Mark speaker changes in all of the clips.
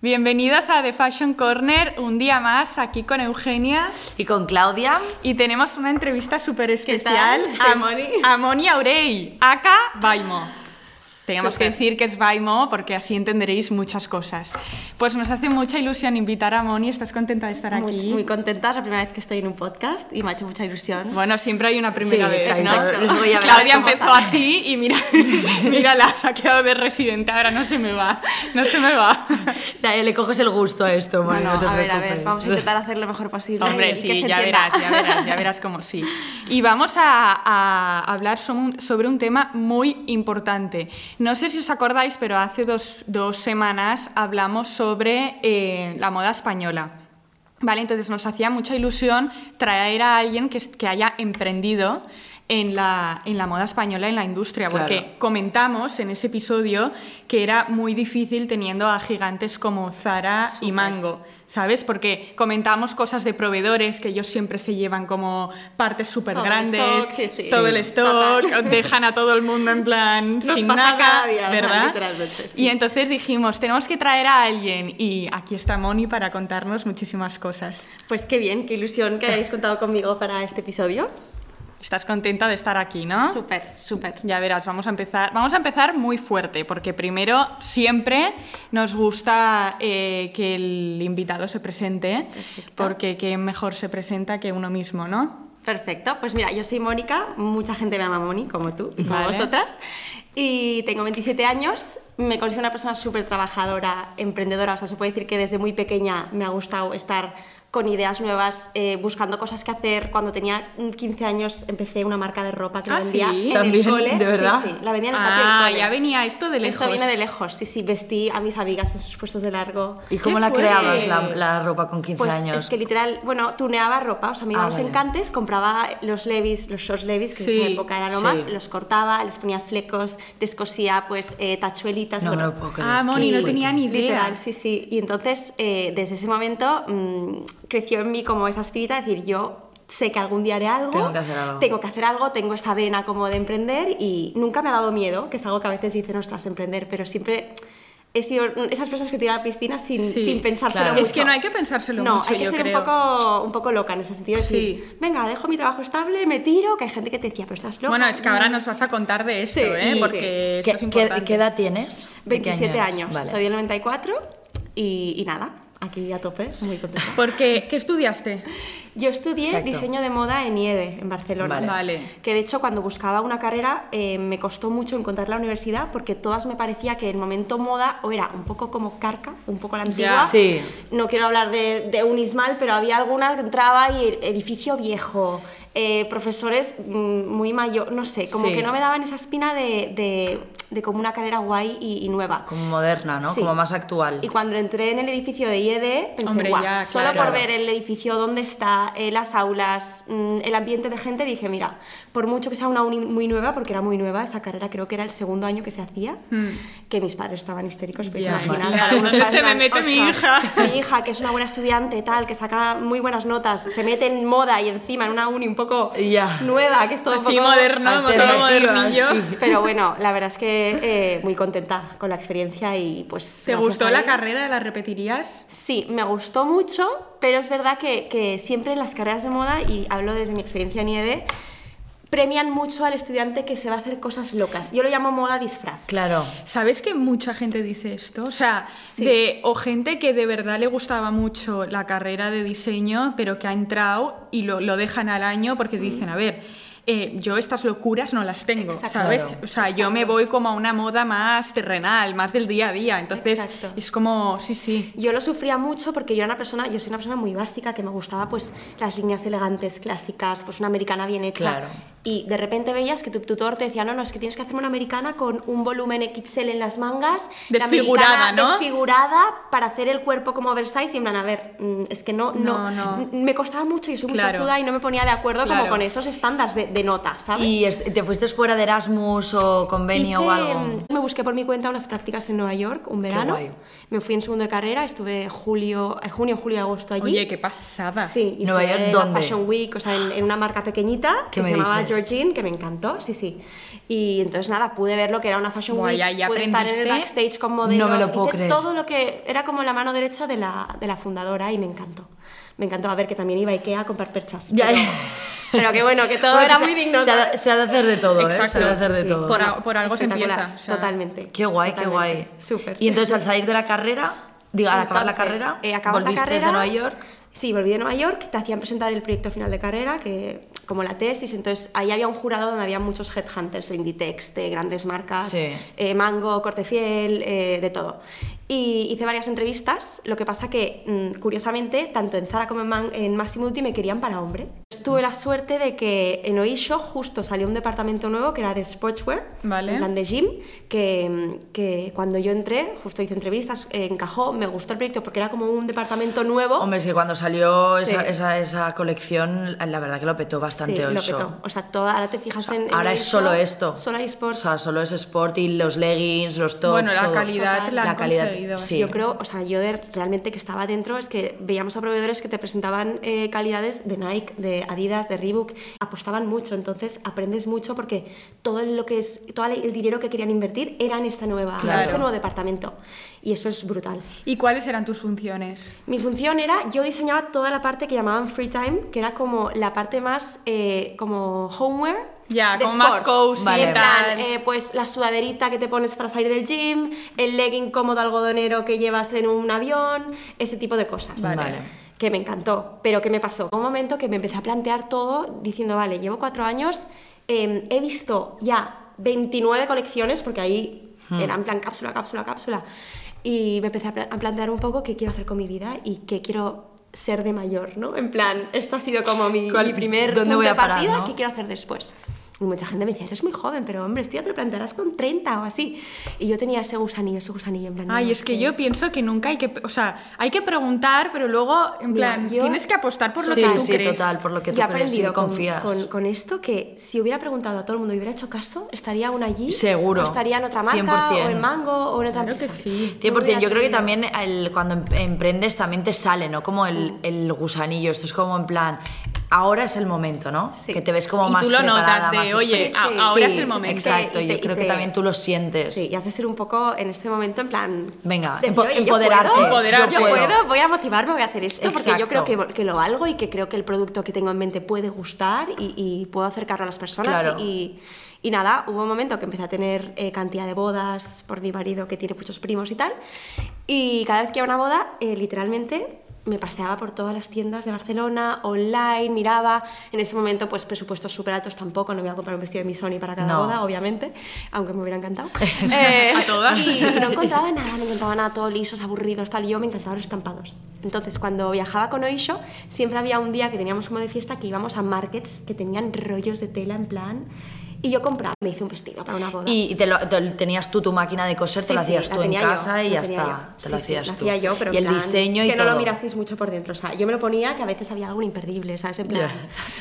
Speaker 1: Bienvenidas a The Fashion Corner, un día más aquí con Eugenia
Speaker 2: Y con Claudia.
Speaker 1: y tenemos una entrevista súper especial
Speaker 3: tal?
Speaker 1: a,
Speaker 3: Soy Moni.
Speaker 1: a Moni Aurey, acá Baimo. Tenemos que
Speaker 3: Súper.
Speaker 1: decir que es Baimo porque así entenderéis muchas cosas. Pues nos hace mucha ilusión invitar a Moni, ¿estás contenta de estar
Speaker 3: Muy,
Speaker 1: aquí?
Speaker 3: muy contenta, es la primera vez que estoy en un podcast y me ha hecho mucha ilusión.
Speaker 1: Bueno, siempre hay una primera
Speaker 2: Sí,
Speaker 1: vez,
Speaker 2: exacto.
Speaker 1: ¿no?
Speaker 2: Luego ya verás
Speaker 1: Claudia
Speaker 2: cómo
Speaker 1: empezó
Speaker 2: sale.
Speaker 1: así y mira, mírala, se ha quedado de residente, ahora no se me va, no se me va.
Speaker 2: Dale, le coges el gusto a esto, Mari,
Speaker 1: Bueno,
Speaker 2: no te
Speaker 3: a ver, a
Speaker 2: preocupes.
Speaker 3: ver, vamos a intentar hacer lo mejor posible. y-
Speaker 1: Hombre,
Speaker 3: y
Speaker 1: sí,
Speaker 3: que se
Speaker 1: ya
Speaker 3: entienda.
Speaker 1: verás, ya verás, ya verás cómo sí. Y vamos a, a hablar sobre un, sobre un tema muy importante. No sé si os acordáis, pero hace dos, dos semanas hablamos sobre eh, la moda española. Vale, entonces nos hacía mucha ilusión traer a alguien que, es- que haya emprendido en la, en la moda española, en la industria,
Speaker 2: Claro.
Speaker 1: porque comentamos en ese episodio que era muy difícil teniendo a gigantes como Zara y Mango, ¿sabes? Porque comentamos cosas de proveedores que ellos siempre se llevan como partes súper grandes,
Speaker 3: stock, sí, sí.
Speaker 1: todo el
Speaker 3: Sí.
Speaker 1: stock,
Speaker 3: Total.
Speaker 1: dejan a todo el mundo en plan
Speaker 3: Nos
Speaker 1: sin
Speaker 3: pasa
Speaker 1: nada,
Speaker 3: cada día, o sea,
Speaker 1: ¿verdad?
Speaker 3: literalmente, sí.
Speaker 1: Y entonces dijimos, tenemos que traer a alguien y aquí está Moni para contarnos muchísimas cosas.
Speaker 3: Pues qué bien, qué ilusión que hayáis contado conmigo para este episodio.
Speaker 1: Estás contenta de estar aquí, ¿no?
Speaker 3: Súper, súper.
Speaker 1: Ya verás, vamos a empezar. Vamos a empezar muy fuerte, porque primero siempre nos gusta eh, que el invitado se presente, porque qué mejor se presenta que uno mismo, ¿no?
Speaker 3: Perfecto, pues mira, yo soy Mónica, mucha gente me llama Moni, como tú y como
Speaker 1: Vale.
Speaker 3: vosotras, y tengo 27 años, me considero una persona súper trabajadora, emprendedora, o sea, se puede decir que desde muy pequeña me ha gustado estar con ideas nuevas, eh, buscando cosas que hacer. Cuando tenía 15 años empecé una marca de ropa que
Speaker 1: Ah,
Speaker 3: vendía
Speaker 1: sí.
Speaker 3: en
Speaker 2: También,
Speaker 3: el cole.
Speaker 2: ¿de verdad?
Speaker 3: Sí, sí, la vendía en el patio
Speaker 1: Ah,
Speaker 3: del cole.
Speaker 1: ya venía esto de lejos.
Speaker 3: Esto viene de lejos, sí, sí, vestí a mis amigas en sus puestos de largo.
Speaker 2: ¿Y cómo
Speaker 1: ¿Qué
Speaker 2: la
Speaker 1: fue?
Speaker 2: creabas la, la ropa con 15
Speaker 3: Pues
Speaker 2: años?
Speaker 3: es que literal, bueno, tuneaba ropa, o sea, me iba
Speaker 2: Ah,
Speaker 3: a los
Speaker 2: vale.
Speaker 3: encantes, compraba los levis, los shorts levis, que
Speaker 1: Sí,
Speaker 3: en esa época eran lo más,
Speaker 2: sí.
Speaker 3: los cortaba, les ponía flecos, descosía pues eh, tachuelitas,
Speaker 2: No me
Speaker 3: bueno.
Speaker 2: lo puedo creer.
Speaker 1: Ah, Moni, no
Speaker 3: Y-
Speaker 1: tenía ni idea.
Speaker 3: Literal, sí, sí. Y entonces, eh, desde ese momento, mm, creció en mí como esa espírita de decir, yo sé que algún día haré algo.
Speaker 2: Tengo que hacer algo.
Speaker 3: Tengo que hacer algo, tengo esa vena como de emprender y nunca me ha dado miedo, que es algo que a veces dicen, ostras, emprender, pero siempre... He sido esas personas que tiran a la piscina sin,
Speaker 1: Sí,
Speaker 3: sin pensárselo
Speaker 2: claro.
Speaker 3: mucho.
Speaker 1: Es que no hay que pensárselo
Speaker 3: No,
Speaker 1: mucho,
Speaker 3: hay que
Speaker 1: yo
Speaker 3: ser
Speaker 1: creo.
Speaker 3: Un, poco, un poco loca en ese sentido. de decir, venga, dejo mi trabajo estable, me tiro, que hay gente que te decía, pero estás loca.
Speaker 1: Bueno, es que ahora nos vas a contar de esto,
Speaker 3: Sí,
Speaker 1: ¿eh?
Speaker 3: y-
Speaker 1: Porque esto
Speaker 2: ¿Qué,
Speaker 1: es
Speaker 2: qué-
Speaker 1: importante.
Speaker 2: qué edad tienes? ¿De qué
Speaker 3: 27 años,
Speaker 2: Vale.
Speaker 3: soy del 94 y, y nada, aquí a tope, muy contenta.
Speaker 1: Porque, ¿qué estudiaste?
Speaker 3: Yo estudié
Speaker 2: Exacto.
Speaker 3: diseño de moda en IEDE, en Barcelona.
Speaker 2: Vale.
Speaker 1: Vale.
Speaker 3: Que de hecho cuando buscaba una carrera eh, me costó mucho encontrar la universidad porque todas me parecía que el momento moda o era un poco como carca, un poco a la antigua.
Speaker 1: Ya.
Speaker 2: Sí.
Speaker 3: No quiero hablar de, de un Ismal, pero había alguna que entraba y edificio viejo, eh, profesores mm, muy mayor, no sé, como
Speaker 2: Sí.
Speaker 3: que no me daban esa espina de, de- de como una carrera guay y, y nueva.
Speaker 2: Como moderna, ¿no?
Speaker 3: Sí.
Speaker 2: Como más actual.
Speaker 3: Y cuando entré en el edificio de IED, pensé,
Speaker 1: Hombre,
Speaker 3: "Guau,
Speaker 1: ya,
Speaker 3: solo
Speaker 1: claro.
Speaker 3: por ver el edificio, dónde está, eh, las aulas, mm, el ambiente de gente, dije, mira, por mucho que sea una uni muy nueva, porque era muy nueva, esa carrera creo que era el segundo año que se hacía, que mis padres estaban histéricos, pues
Speaker 1: Hmm. Ya,
Speaker 3: imaginad.
Speaker 1: vale.
Speaker 3: para unos
Speaker 1: Se
Speaker 3: padres
Speaker 1: me
Speaker 3: eran,
Speaker 1: mete mi
Speaker 3: "Ostras,
Speaker 1: hija".
Speaker 3: Mi hija, que es una buena estudiante, tal, que saca muy buenas notas, se mete en moda y encima en una uni un poco
Speaker 2: Ya.
Speaker 3: nueva, que es todo un
Speaker 1: Así
Speaker 3: poco
Speaker 1: moderno, todo
Speaker 2: alternativa,
Speaker 1: modernillo.
Speaker 2: sí.
Speaker 3: Pero bueno, la verdad es que eh, muy contenta con la experiencia y pues...
Speaker 1: ¿Te
Speaker 3: gracias
Speaker 1: gustó
Speaker 3: a
Speaker 1: la
Speaker 3: ello-
Speaker 1: carrera? ¿La repetirías?
Speaker 3: Sí, me gustó mucho, pero es verdad que, que siempre en las carreras de moda, y hablo desde mi experiencia en IED, premian mucho al estudiante que se va a hacer cosas locas. Yo lo llamo moda disfraz.
Speaker 2: Claro.
Speaker 1: ¿Sabes que mucha gente dice esto? O sea,
Speaker 3: Sí.
Speaker 1: de, o gente que de verdad le gustaba mucho la carrera de diseño, pero que ha entrado y lo, lo dejan al año porque dicen, a ver, eh, yo estas locuras no las tengo,
Speaker 3: Exacto.
Speaker 1: ¿sabes?
Speaker 2: Claro.
Speaker 1: O sea, yo me voy como a una moda más terrenal, más del día a día. Entonces,
Speaker 3: Exacto.
Speaker 1: es como, sí, sí.
Speaker 3: Yo lo sufría mucho porque yo era una persona, yo soy una persona muy básica que me gustaba pues las líneas elegantes clásicas, pues una americana bien hecha.
Speaker 2: Claro.
Speaker 3: Y de repente veías que tu tutor te decía, no, no, es que tienes que hacerme una americana con un volumen XL en las mangas, la
Speaker 1: Desfigurada,
Speaker 3: americana
Speaker 1: ¿no?
Speaker 3: Desfigurada para hacer el cuerpo como Versailles y en plan, a ver, mm, es que no,
Speaker 1: No,
Speaker 3: no,
Speaker 1: no.
Speaker 3: m- me costaba mucho y soy muy
Speaker 1: Claro.
Speaker 3: tozuda y no me ponía de acuerdo
Speaker 1: Claro.
Speaker 3: como con esos estándares de, de nota, ¿sabes?
Speaker 2: ¿Y es- te fuiste fuera de Erasmus o convenio o
Speaker 3: Hice,
Speaker 2: algo?
Speaker 3: mm, Me busqué por mi cuenta unas prácticas en Nueva York un verano.
Speaker 2: guay.
Speaker 3: Me fui en segundo de carrera, estuve julio, eh, junio, julio, agosto allí.
Speaker 1: Oye, qué pasada.
Speaker 3: Sí, y
Speaker 2: ¿Nueva
Speaker 3: estuve
Speaker 2: York
Speaker 3: en la
Speaker 2: dónde?
Speaker 3: Fashion Week, o sea, en, en una marca pequeñita
Speaker 2: ¿Qué
Speaker 3: que se
Speaker 2: me
Speaker 3: llamaba
Speaker 2: dices?
Speaker 3: Georgine, que me encantó, sí, sí. Y entonces nada, pude ver lo que era una Fashion
Speaker 1: Guay,
Speaker 3: Week,
Speaker 1: ahí
Speaker 3: pude estar en el
Speaker 1: aprendiste.
Speaker 3: backstage con modelos,
Speaker 2: No me lo puedo
Speaker 3: hice
Speaker 2: creer.
Speaker 3: todo lo que era como la mano derecha de la, de la fundadora y me encantó. Me encantó a ver que también iba a Ikea a comprar perchas.
Speaker 2: Ya,
Speaker 3: pero,
Speaker 2: ya.
Speaker 3: pero que bueno, que todo
Speaker 2: Bueno, pues,
Speaker 3: era
Speaker 2: se-
Speaker 3: muy digno.
Speaker 2: Se ha,
Speaker 3: ¿sabes?
Speaker 2: se ha de hacer de todo, ¿eh? Se ha de
Speaker 1: Exacto,
Speaker 2: hacer de
Speaker 3: sí.
Speaker 2: todo.
Speaker 1: Por a- algo se
Speaker 3: Espectacular,
Speaker 1: empieza, o sea.
Speaker 3: Totalmente.
Speaker 2: Qué guay, qué
Speaker 3: totalmente.
Speaker 2: guay.
Speaker 3: Súper.
Speaker 2: Y entonces al salir de la carrera, digo, al acabar la
Speaker 3: Entonces,
Speaker 2: carrera,
Speaker 3: eh, acabas la
Speaker 2: volviste
Speaker 3: carrera.
Speaker 2: de Nueva York.
Speaker 3: Sí, volví de Nueva York, te hacían presentar el proyecto final de carrera, que como la tesis, entonces ahí había un jurado donde había muchos headhunters de Inditex, de grandes marcas,
Speaker 2: Sí.
Speaker 3: eh, Mango, Corte Fiel, eh, de todo. Y hice varias entrevistas, lo que pasa que, mm, curiosamente, tanto en Zara como en, Man- en Maxi Multi me querían para hombre. Tuve la suerte de que en Oisho justo salió un departamento nuevo que era de sportswear,
Speaker 1: Vale.
Speaker 3: en plan de gym que, que cuando yo entré, justo hice entrevistas, eh, encajó, me gustó el proyecto porque era como un departamento nuevo.
Speaker 2: Hombre, es que cuando salió
Speaker 3: Sí.
Speaker 2: esa, esa, esa colección, la verdad que lo petó bastante
Speaker 3: Sí,
Speaker 2: hoy
Speaker 3: lo
Speaker 2: show.
Speaker 3: petó. O sea, toda, ahora te fijas en. en
Speaker 2: Ahora
Speaker 3: el
Speaker 2: es solo
Speaker 3: shop,
Speaker 2: esto.
Speaker 3: Solo hay
Speaker 2: O
Speaker 3: sports.
Speaker 2: sea, solo es Sporty, los leggings, los tops.
Speaker 1: Bueno, la
Speaker 2: todo.
Speaker 1: calidad
Speaker 3: Total.
Speaker 1: la han
Speaker 2: La calidad,
Speaker 1: conseguido.
Speaker 2: sí.
Speaker 3: Pues Yo creo, o sea, yo de- realmente que estaba dentro es que veíamos a proveedores que te presentaban eh, calidades de Nike, de Adidas, de Reebok, apostaban mucho, entonces aprendes mucho porque todo lo que es, todo el dinero que querían invertir era en esta nueva, en
Speaker 2: Claro.
Speaker 3: este nuevo departamento y eso es brutal.
Speaker 1: ¿Y cuáles eran tus funciones?
Speaker 3: Mi función era, yo diseñaba toda la parte que llamaban free time, que era como la parte más eh, como homeware.
Speaker 1: Ya,
Speaker 3: de
Speaker 1: como más
Speaker 3: sport.
Speaker 1: cozy
Speaker 2: Vale,
Speaker 1: y
Speaker 3: En
Speaker 2: vale.
Speaker 1: tal.
Speaker 3: plan, eh, pues la sudaderita que te pones para salir del gym, el legging cómodo algodonero que llevas en un avión, ese tipo de cosas.
Speaker 2: Vale.
Speaker 3: Que me encantó, pero ¿qué me pasó? Un momento que me empecé a plantear todo diciendo, vale, llevo cuatro años, eh, he visto ya 29 colecciones, porque ahí
Speaker 2: Hmm.
Speaker 3: era en plan cápsula, cápsula, cápsula, y me empecé a, pla- a plantear un poco qué quiero hacer con mi vida y qué quiero ser de mayor, ¿no? En plan, esto ha sido como mi,
Speaker 2: ¿Cuál-
Speaker 3: mi primer
Speaker 2: dónde
Speaker 3: punto
Speaker 2: voy a
Speaker 3: de
Speaker 2: parar,
Speaker 3: partida,
Speaker 2: no?
Speaker 3: qué quiero hacer después. Y mucha gente me decía, eres muy joven, pero hombre, esto ya te lo plantearás con 30 o así. Y yo tenía ese gusanillo, ese gusanillo en plan...
Speaker 1: Ay,
Speaker 3: no,
Speaker 1: es que yo pienso que nunca hay que, o sea, hay que preguntar, pero luego, en
Speaker 3: Mira,
Speaker 1: plan,
Speaker 3: yo-
Speaker 1: tienes que apostar por lo
Speaker 2: sí,
Speaker 1: que tú
Speaker 2: sí,
Speaker 1: crees.
Speaker 2: total, por lo que tú
Speaker 3: yo he
Speaker 2: crees y
Speaker 3: aprendido con,
Speaker 2: confías.
Speaker 3: Con, con esto que si hubiera preguntado a todo el mundo y hubiera hecho caso, estaría aún allí.
Speaker 2: Seguro.
Speaker 3: O estaría en otra marca,
Speaker 2: 100%.
Speaker 3: o en Mango, o en otra
Speaker 1: Claro que
Speaker 3: empresa.
Speaker 1: sí.
Speaker 2: 100%, yo creo
Speaker 3: No
Speaker 2: que
Speaker 3: hubiera tenido-
Speaker 2: también el- cuando em- emprendes también te sale, ¿no? Como el,
Speaker 3: Mm.
Speaker 2: el gusanillo, esto es como en plan, ahora es el momento, ¿no?
Speaker 3: Sí.
Speaker 2: Que te ves como
Speaker 1: Y
Speaker 2: más
Speaker 1: tú lo
Speaker 2: preparada,
Speaker 1: notas de,
Speaker 2: más
Speaker 1: oye,
Speaker 2: expresa.
Speaker 1: a-
Speaker 3: Sí,
Speaker 1: ahora
Speaker 2: Sí,
Speaker 1: es el momento.
Speaker 3: es que-
Speaker 2: Exacto,
Speaker 3: y
Speaker 2: yo
Speaker 3: te-
Speaker 2: creo
Speaker 3: y
Speaker 2: que
Speaker 3: te-
Speaker 2: también tú lo sientes.
Speaker 3: Sí, y has de ser un poco en este momento en plan.
Speaker 2: Venga,
Speaker 3: decir,
Speaker 2: empo-
Speaker 3: "Oye, yo
Speaker 2: empoderarte,
Speaker 3: puedo,
Speaker 1: Empoderarte.
Speaker 3: Yo
Speaker 1: yo puedo".
Speaker 3: puedo, voy a motivarme, voy a hacer esto porque yo creo
Speaker 2: Exacto.
Speaker 3: que, que lo valgo y que creo que el producto que tengo en mente puede gustar y, y puedo acercarlo a las personas.
Speaker 2: Claro.
Speaker 3: Y, y nada, hubo un momento que empecé a tener eh, cantidad de bodas por mi marido que tiene muchos primos y tal. Y cada vez que iba a una boda, eh, literalmente me paseaba por todas las tiendas de Barcelona, online, miraba. En ese momento, pues presupuestos súper altos tampoco, no me iba a comprar un vestido de mi Sony para cada
Speaker 2: No.
Speaker 3: boda, obviamente, aunque me hubiera encantado. Eh,
Speaker 1: A todas.
Speaker 3: Y no encontraba nada, no encontraba nada, todo lisos, aburridos, tal. Y yo me encantaban los estampados. Entonces, cuando viajaba con Oisho, siempre había un día que teníamos como de fiesta que íbamos a markets que tenían rollos de tela en plan. Y yo compraba, me hice un vestido para una boda.
Speaker 2: Y te lo, te lo- tenías tú tu máquina de coser, te
Speaker 3: Sí,
Speaker 2: lo
Speaker 3: sí,
Speaker 2: hacías
Speaker 3: la
Speaker 2: tú en
Speaker 3: tenía yo,
Speaker 2: casa y
Speaker 3: la
Speaker 2: ya
Speaker 3: tenía
Speaker 2: está.
Speaker 3: yo.
Speaker 2: Te lo
Speaker 3: Sí, sí,
Speaker 2: hacías tú.
Speaker 3: hacía yo, pero
Speaker 2: y
Speaker 3: en
Speaker 2: el
Speaker 3: plan,
Speaker 2: diseño y
Speaker 3: que
Speaker 2: todo.
Speaker 3: no lo miraseis mucho por dentro. O sea, yo me lo ponía que a veces había algo imperdible, ¿sabes? En plan,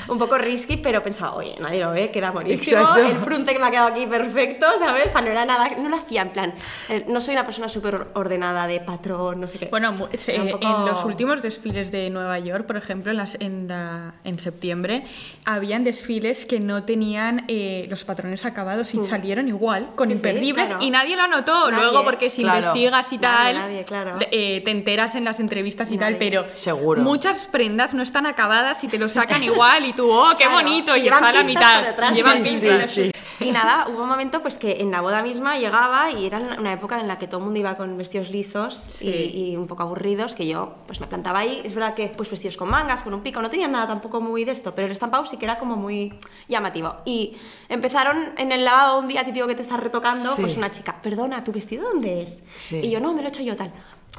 Speaker 3: un poco risky, pero pensaba, oye, nadie lo ve, queda buenísimo.
Speaker 2: Exacto.
Speaker 3: El frunce que me ha quedado aquí perfecto, ¿sabes? O sea, no era nada, no lo hacía en plan. eh, no soy una persona súper ordenada de patrón, no sé qué.
Speaker 1: Bueno, mu- se-
Speaker 3: Era un poco-
Speaker 1: en los últimos desfiles de Nueva York, por ejemplo, en, las- en, la- en septiembre, habían desfiles que no tenían eh, los patrones acabados y salieron igual, con
Speaker 3: Mm. Sí, sí,
Speaker 1: imperdibles,
Speaker 3: claro.
Speaker 1: y nadie lo notó.
Speaker 3: Nadie,
Speaker 1: Luego, porque si
Speaker 2: claro.
Speaker 1: investigas y
Speaker 3: Nadie,
Speaker 1: tal,
Speaker 3: nadie, claro.
Speaker 1: eh, te enteras en las entrevistas y
Speaker 3: Nadie.
Speaker 1: tal, pero
Speaker 2: Seguro.
Speaker 1: muchas prendas no están acabadas y te lo sacan igual y tú, oh, qué
Speaker 3: Claro,
Speaker 1: bonito, y
Speaker 3: llevan
Speaker 1: está a la
Speaker 3: pinzas
Speaker 1: mitad.
Speaker 3: por detrás,
Speaker 1: Llevan
Speaker 2: sí, sí,
Speaker 1: pinzas.
Speaker 2: sí.
Speaker 3: Y nada, hubo un momento pues que en la boda misma llegaba y era una época en la que todo el mundo iba con vestidos lisos y, y un poco aburridos, que yo pues me plantaba ahí. Es verdad que pues vestidos con mangas, con un pico, no tenían nada tampoco muy de esto, pero el estampado sí que era como muy llamaativo. Y empezaron en el lavabo un día típico que te estás retocando,
Speaker 2: Sí.
Speaker 3: pues una chica, perdona, ¿tu vestido dónde es?
Speaker 2: Sí.
Speaker 3: Y yo, no, me lo he hecho yo tal.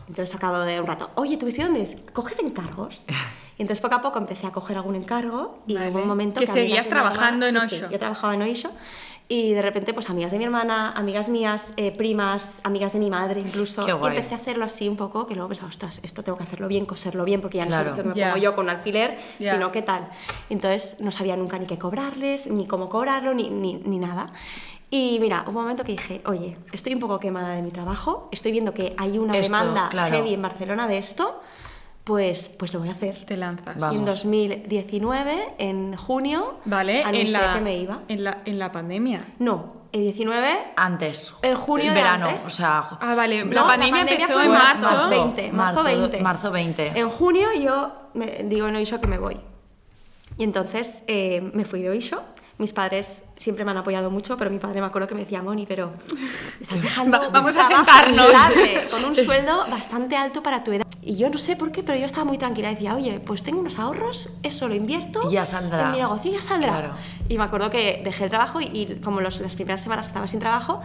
Speaker 3: Entonces acabo de un rato, oye, ¿tu vestido dónde es? ¿Coges encargos? Y entonces poco a poco empecé a coger algún encargo y
Speaker 1: Vale.
Speaker 3: hubo un momento
Speaker 1: Que
Speaker 3: que amigas
Speaker 1: seguías
Speaker 3: de mi hermana-
Speaker 1: trabajando en
Speaker 3: sí, sí,
Speaker 1: Oysho.
Speaker 3: yo trabajaba en Oisho y de repente pues amigas de mi hermana, amigas mías, eh, primas, amigas de mi madre incluso.
Speaker 2: Qué guay.
Speaker 3: Y empecé a hacerlo así un poco que luego pensaba, ostras, esto tengo que hacerlo bien, coserlo bien porque ya
Speaker 2: Claro.
Speaker 3: no es esto que me
Speaker 1: Ya.
Speaker 3: pongo yo con un alfiler,
Speaker 1: Ya.
Speaker 3: sino qué tal. Entonces no sabía nunca ni qué cobrarles, ni cómo cobrarlo, ni, ni, ni nada. Y mira, hubo un momento que dije, oye, estoy un poco quemada de mi trabajo, estoy viendo que hay una
Speaker 2: Esto,
Speaker 3: demanda
Speaker 2: claro.
Speaker 3: heavy en Barcelona de esto, pues, pues lo voy a hacer.
Speaker 1: Te lanzas.
Speaker 2: Va.
Speaker 3: Y en
Speaker 2: Vamos.
Speaker 3: 2019, en junio,
Speaker 1: Vale,
Speaker 3: anuncié
Speaker 1: en la,
Speaker 3: que me iba.
Speaker 1: En la, en la pandemia.
Speaker 3: No, en 19,
Speaker 2: Antes.
Speaker 3: El junio
Speaker 2: El
Speaker 3: de
Speaker 2: verano,
Speaker 3: antes.
Speaker 2: o sea... ju-
Speaker 1: Ah, vale,
Speaker 3: No,
Speaker 1: la, pandemia empezó
Speaker 3: fue
Speaker 1: en marzo.
Speaker 3: marzo 20, marzo
Speaker 2: Marzo,
Speaker 3: 20.
Speaker 2: marzo 20.
Speaker 3: En junio yo me- digo no Isho que me voy. Y entonces eh, me fui de Oisho. Mis padres siempre me han apoyado mucho, pero mi padre me acuerdo que me decía, Moni, pero estás dejando
Speaker 1: Va-
Speaker 3: un
Speaker 1: vamos a
Speaker 3: trabajo
Speaker 1: sentarnos".
Speaker 3: estable, con un sueldo bastante alto para tu edad. Y yo no sé por qué, pero yo estaba muy tranquila. Decía, oye, pues tengo unos ahorros, eso lo invierto.
Speaker 2: Y ya saldrá.
Speaker 3: En mi negocio y ya saldrá.
Speaker 2: Claro.
Speaker 3: Y me acuerdo que dejé el trabajo y, y como los- las primeras semanas que estaba sin trabajo,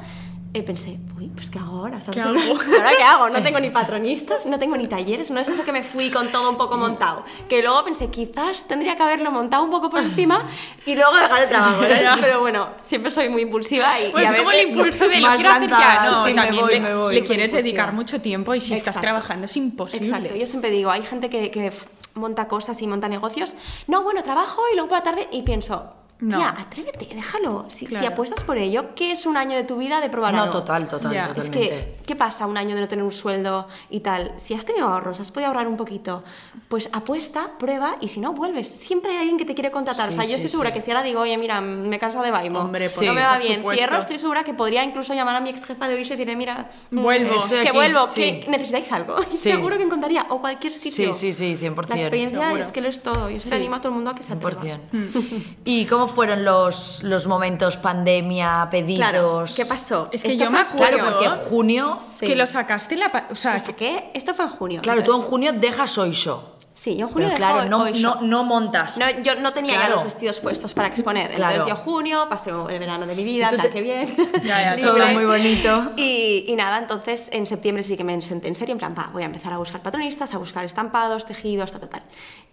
Speaker 3: eh, pensé, uy, pues ¿qué hago ahora?
Speaker 1: ¿Qué
Speaker 3: ¿Sabes?
Speaker 1: hago?
Speaker 3: ¿Ahora qué hago? No tengo ni patronistas, no tengo ni talleres, no es eso que me fui con todo un poco montado. Que luego pensé, quizás tendría que haberlo montado un poco por encima y luego dejar el trabajo. ¿no? Pero bueno, siempre soy muy impulsiva y, y
Speaker 1: Pues
Speaker 3: a
Speaker 1: es como el
Speaker 3: veces-
Speaker 1: impulso de lo
Speaker 2: Más
Speaker 1: quiero hacer ya.
Speaker 2: lanzada,
Speaker 1: No,
Speaker 2: sí, me
Speaker 1: también
Speaker 2: voy,
Speaker 1: le,
Speaker 2: me voy.
Speaker 1: le quieres
Speaker 3: Impulsiva.
Speaker 1: dedicar mucho tiempo y si estás
Speaker 3: Exacto.
Speaker 1: trabajando es imposible.
Speaker 3: Exacto, yo siempre digo, hay gente que, que f- monta cosas y monta negocios. No, bueno, trabajo y luego por la tarde y pienso...
Speaker 1: No.
Speaker 3: Tía, atrévete, déjalo. Si, si
Speaker 1: Claro.
Speaker 3: apuestas por ello, ¿qué es un año de tu vida de probar
Speaker 2: No,
Speaker 3: algo?
Speaker 2: total, total,
Speaker 1: Ya.
Speaker 3: Es
Speaker 2: totalmente.
Speaker 3: que, ¿qué pasa un año de no tener un sueldo y tal? Si has tenido ahorros, has podido ahorrar un poquito, pues apuesta, prueba y si no, vuelves. Siempre hay alguien que te quiere contratar.
Speaker 2: Sí,
Speaker 3: o sea, yo
Speaker 2: sí,
Speaker 3: estoy segura
Speaker 2: sí.
Speaker 3: que si ahora digo, oye, mira, me he cansado de Baimo,
Speaker 1: Hombre,
Speaker 3: no
Speaker 1: pues sí,
Speaker 3: me va
Speaker 1: por
Speaker 3: bien,
Speaker 1: supuesto.
Speaker 3: cierro, estoy segura que podría incluso llamar a mi ex jefa de hoy y decirle, mira, mm,
Speaker 1: Vuelvo.
Speaker 2: Estoy
Speaker 3: que
Speaker 2: aquí,
Speaker 3: vuelvo,
Speaker 2: sí.
Speaker 3: que necesitáis algo. Y
Speaker 2: Sí.
Speaker 3: seguro que encontraría, o cualquier sitio.
Speaker 2: Sí, sí, sí, 100%.
Speaker 3: La experiencia
Speaker 1: Seguro.
Speaker 3: es que lo es todo. Yo se animo a todo el mundo a que se atreva. Mm.
Speaker 2: 100%. ¿Y cómo fueron los, los momentos pandemia, pedidos?
Speaker 3: Claro, ¿qué pasó?
Speaker 1: Es que
Speaker 3: Esto
Speaker 1: yo
Speaker 3: fue
Speaker 1: me
Speaker 3: en
Speaker 1: acuerdo-
Speaker 2: Claro,
Speaker 3: junio.
Speaker 2: porque en junio...
Speaker 3: Sí.
Speaker 1: Que lo sacaste en la... pa- O sea,
Speaker 3: Lo saqué- Esto fue en junio.
Speaker 2: Claro, tú en
Speaker 3: entonces-
Speaker 2: junio dejas hoy yo.
Speaker 3: Sí, yo en junio
Speaker 2: Pero
Speaker 3: dejaba
Speaker 2: claro, no,
Speaker 3: Oysho.
Speaker 2: no, no montas.
Speaker 3: No, yo no tenía ya
Speaker 2: Claro.
Speaker 3: los vestidos puestos para exponer.
Speaker 2: Claro.
Speaker 3: Entonces yo junio, pasé el verano de mi vida,
Speaker 2: Y tú
Speaker 3: tal,
Speaker 2: te-
Speaker 3: que bien.
Speaker 1: Ya, ya,
Speaker 3: Libre.
Speaker 2: todo muy bonito.
Speaker 3: Y, y nada, entonces en septiembre sí que me senté en serio, en plan, va, voy a empezar a buscar patronistas, a buscar estampados, tejidos, tal, tal, tal.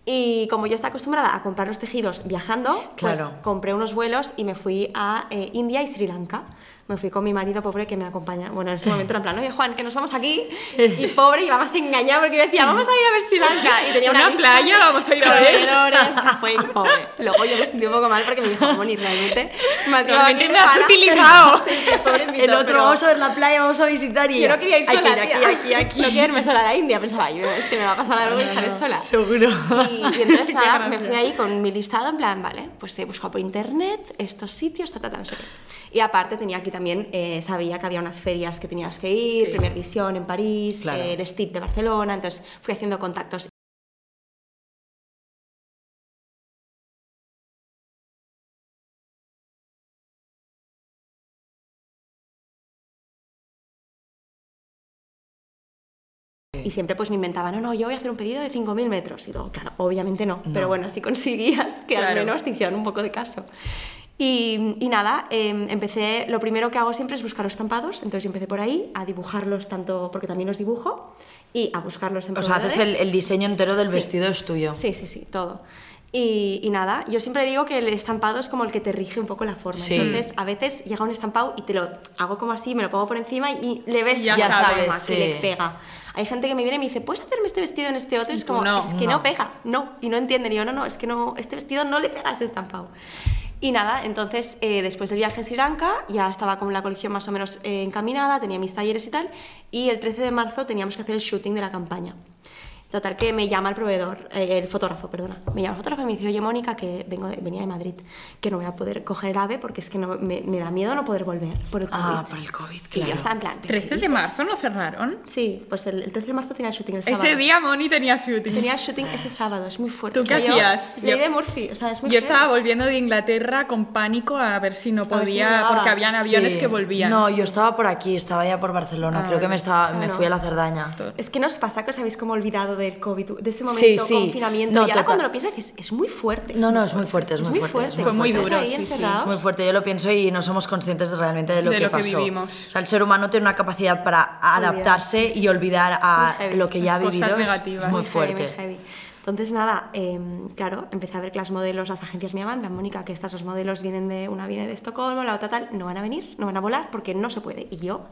Speaker 3: Y como yo estaba acostumbrada a comprar los tejidos viajando,
Speaker 2: Claro.
Speaker 3: pues compré unos vuelos y me fui a eh, India y Sri Lanka. Me fui con mi marido pobre que me acompaña. Bueno, en ese momento era en plan, oye Juan, que nos vamos aquí. Y pobre, y más engañada porque yo decía, vamos a ir a ver Sri Lanca. Y tenía
Speaker 1: Una
Speaker 3: lista
Speaker 1: playa,
Speaker 3: de
Speaker 1: vamos a ir a ver.
Speaker 3: proveedores, fue pobre. Luego yo me sentí un poco mal porque me dijo, Moni, realmente me has,
Speaker 1: Realmente me has utilizado.
Speaker 2: El otro, vamos a ver la playa, vamos a visitar y...
Speaker 3: Yo no quería ir
Speaker 2: Hay
Speaker 3: sola,
Speaker 2: que ir
Speaker 3: tía.
Speaker 2: aquí, aquí, aquí.
Speaker 3: No quiero irme sola a la India, pensaba yo, es que me va a pasar algo y estaré sola.
Speaker 2: Seguro.
Speaker 3: Y, y entonces
Speaker 1: Qué
Speaker 3: nada,
Speaker 1: gracia.
Speaker 3: me fui ahí con mi listado en plan, vale, pues he buscado por internet estos sitios, ta, ta, ta, no sé qué. Y aparte tenía aquí también, eh, sabía que había unas ferias que tenías que ir,
Speaker 1: Sí.
Speaker 3: Premier Visión en París,
Speaker 2: Claro.
Speaker 3: eh, el STIP de Barcelona, entonces fui haciendo contactos. Y siempre pues me inventaba, no, no, yo voy a hacer un pedido de 5.000 metros. Y luego, claro, obviamente no, pero bueno, así conseguías que al
Speaker 1: Claro.
Speaker 3: menos te hicieran un poco de caso. Y, y nada, em, empecé, lo primero que hago siempre es buscar los estampados, entonces yo empecé por ahí a dibujarlos tanto, porque también los dibujo, y a buscarlos en
Speaker 2: O sea, haces
Speaker 3: proveedores.
Speaker 2: el, el diseño entero del
Speaker 3: Sí.
Speaker 2: vestido es tuyo.
Speaker 3: Sí, sí, sí, todo. Y, y nada, yo siempre digo que el estampado es como el que te rige un poco la forma.
Speaker 2: Sí.
Speaker 3: Entonces, a veces llega un estampado y te lo hago como así, me lo pongo por encima y le ves
Speaker 1: Ya
Speaker 3: que es la
Speaker 2: sabes,
Speaker 3: forma, que
Speaker 2: sí.
Speaker 3: le pega. Hay gente que me viene y me dice, ¿puedes hacerme este vestido en este otro? Y es
Speaker 1: Y tú,
Speaker 3: como,
Speaker 1: "No,
Speaker 3: es que no.
Speaker 2: no".
Speaker 3: pega, no. Y no entienden. Y yo, no, no, es que no, este vestido no le pega a este estampado. Y nada, entonces eh, después del viaje a Sri Lanka ya estaba con la colección más o menos eh, encaminada, tenía mis talleres y tal, y el 13 de marzo teníamos que hacer el shooting de la campaña. Total, que me llama el proveedor, eh, el fotógrafo, perdona. Me llama el fotógrafo y me dice, oye, Mónica, que vengo de- venía de Madrid, que no voy a poder coger el ave porque es que no, me, me da miedo no poder volver por el COVID.
Speaker 2: Ah, por el COVID,
Speaker 3: Y yo
Speaker 2: claro.
Speaker 3: estaba en plan... ¿pero qué
Speaker 1: 13 de
Speaker 3: dices?
Speaker 1: marzo no cerraron.
Speaker 3: Sí, pues el, el 13 de marzo tenía el shooting el sábado.
Speaker 1: Ese día Moni tenía shooting.
Speaker 3: Tenía el shooting ese sábado, es muy fuerte.
Speaker 1: ¿Tú qué
Speaker 3: O sea, yo-
Speaker 1: hacías?
Speaker 3: Ley
Speaker 1: Yo-
Speaker 3: de Murphy, o sea, es muy
Speaker 1: Yo
Speaker 3: feo.
Speaker 1: estaba volviendo de Inglaterra con pánico a ver si no
Speaker 3: ver si
Speaker 1: podía,
Speaker 3: llegabas.
Speaker 1: porque habían aviones
Speaker 2: Sí.
Speaker 1: que volvían.
Speaker 2: No, yo estaba por aquí, estaba ya por Barcelona.
Speaker 1: Ah,
Speaker 2: Creo que
Speaker 1: vale.
Speaker 2: me, estaba, me
Speaker 3: Ah, no.
Speaker 2: fui a la Cerdaña.
Speaker 1: Todo.
Speaker 3: Es que nos pasa que os habéis como olvidado del COVID, de ese momento,
Speaker 2: Sí, sí.
Speaker 3: confinamiento.
Speaker 2: No,
Speaker 3: y ahora
Speaker 2: total.
Speaker 3: cuando lo piensas dices, es muy fuerte.
Speaker 2: No, no, es muy fuerte, es,
Speaker 3: Es
Speaker 2: muy
Speaker 3: muy fuerte.
Speaker 2: es
Speaker 1: Fue muy
Speaker 3: Estás
Speaker 1: duro,
Speaker 3: ahí
Speaker 1: sí, sí.
Speaker 3: encerrados.
Speaker 2: Es muy fuerte, yo lo pienso y no somos conscientes realmente de lo
Speaker 1: De
Speaker 2: que
Speaker 1: lo que
Speaker 2: pasó.
Speaker 1: vivimos.
Speaker 2: O sea, el ser humano tiene una capacidad para adaptarse y olvidar a
Speaker 3: Muy heavy.
Speaker 2: lo que ya ha
Speaker 1: Las cosas
Speaker 2: vivido. es-
Speaker 1: negativas.
Speaker 2: Es muy
Speaker 3: Muy heavy, muy
Speaker 2: fuerte.
Speaker 3: heavy. Entonces, nada, em, claro, empecé a ver que las modelos, las agencias me llaman, en plan, Mónica, que estas dos modelos vienen de, una viene de Estocolmo, la otra tal, no van a venir, no van a volar porque no se puede. Y yo,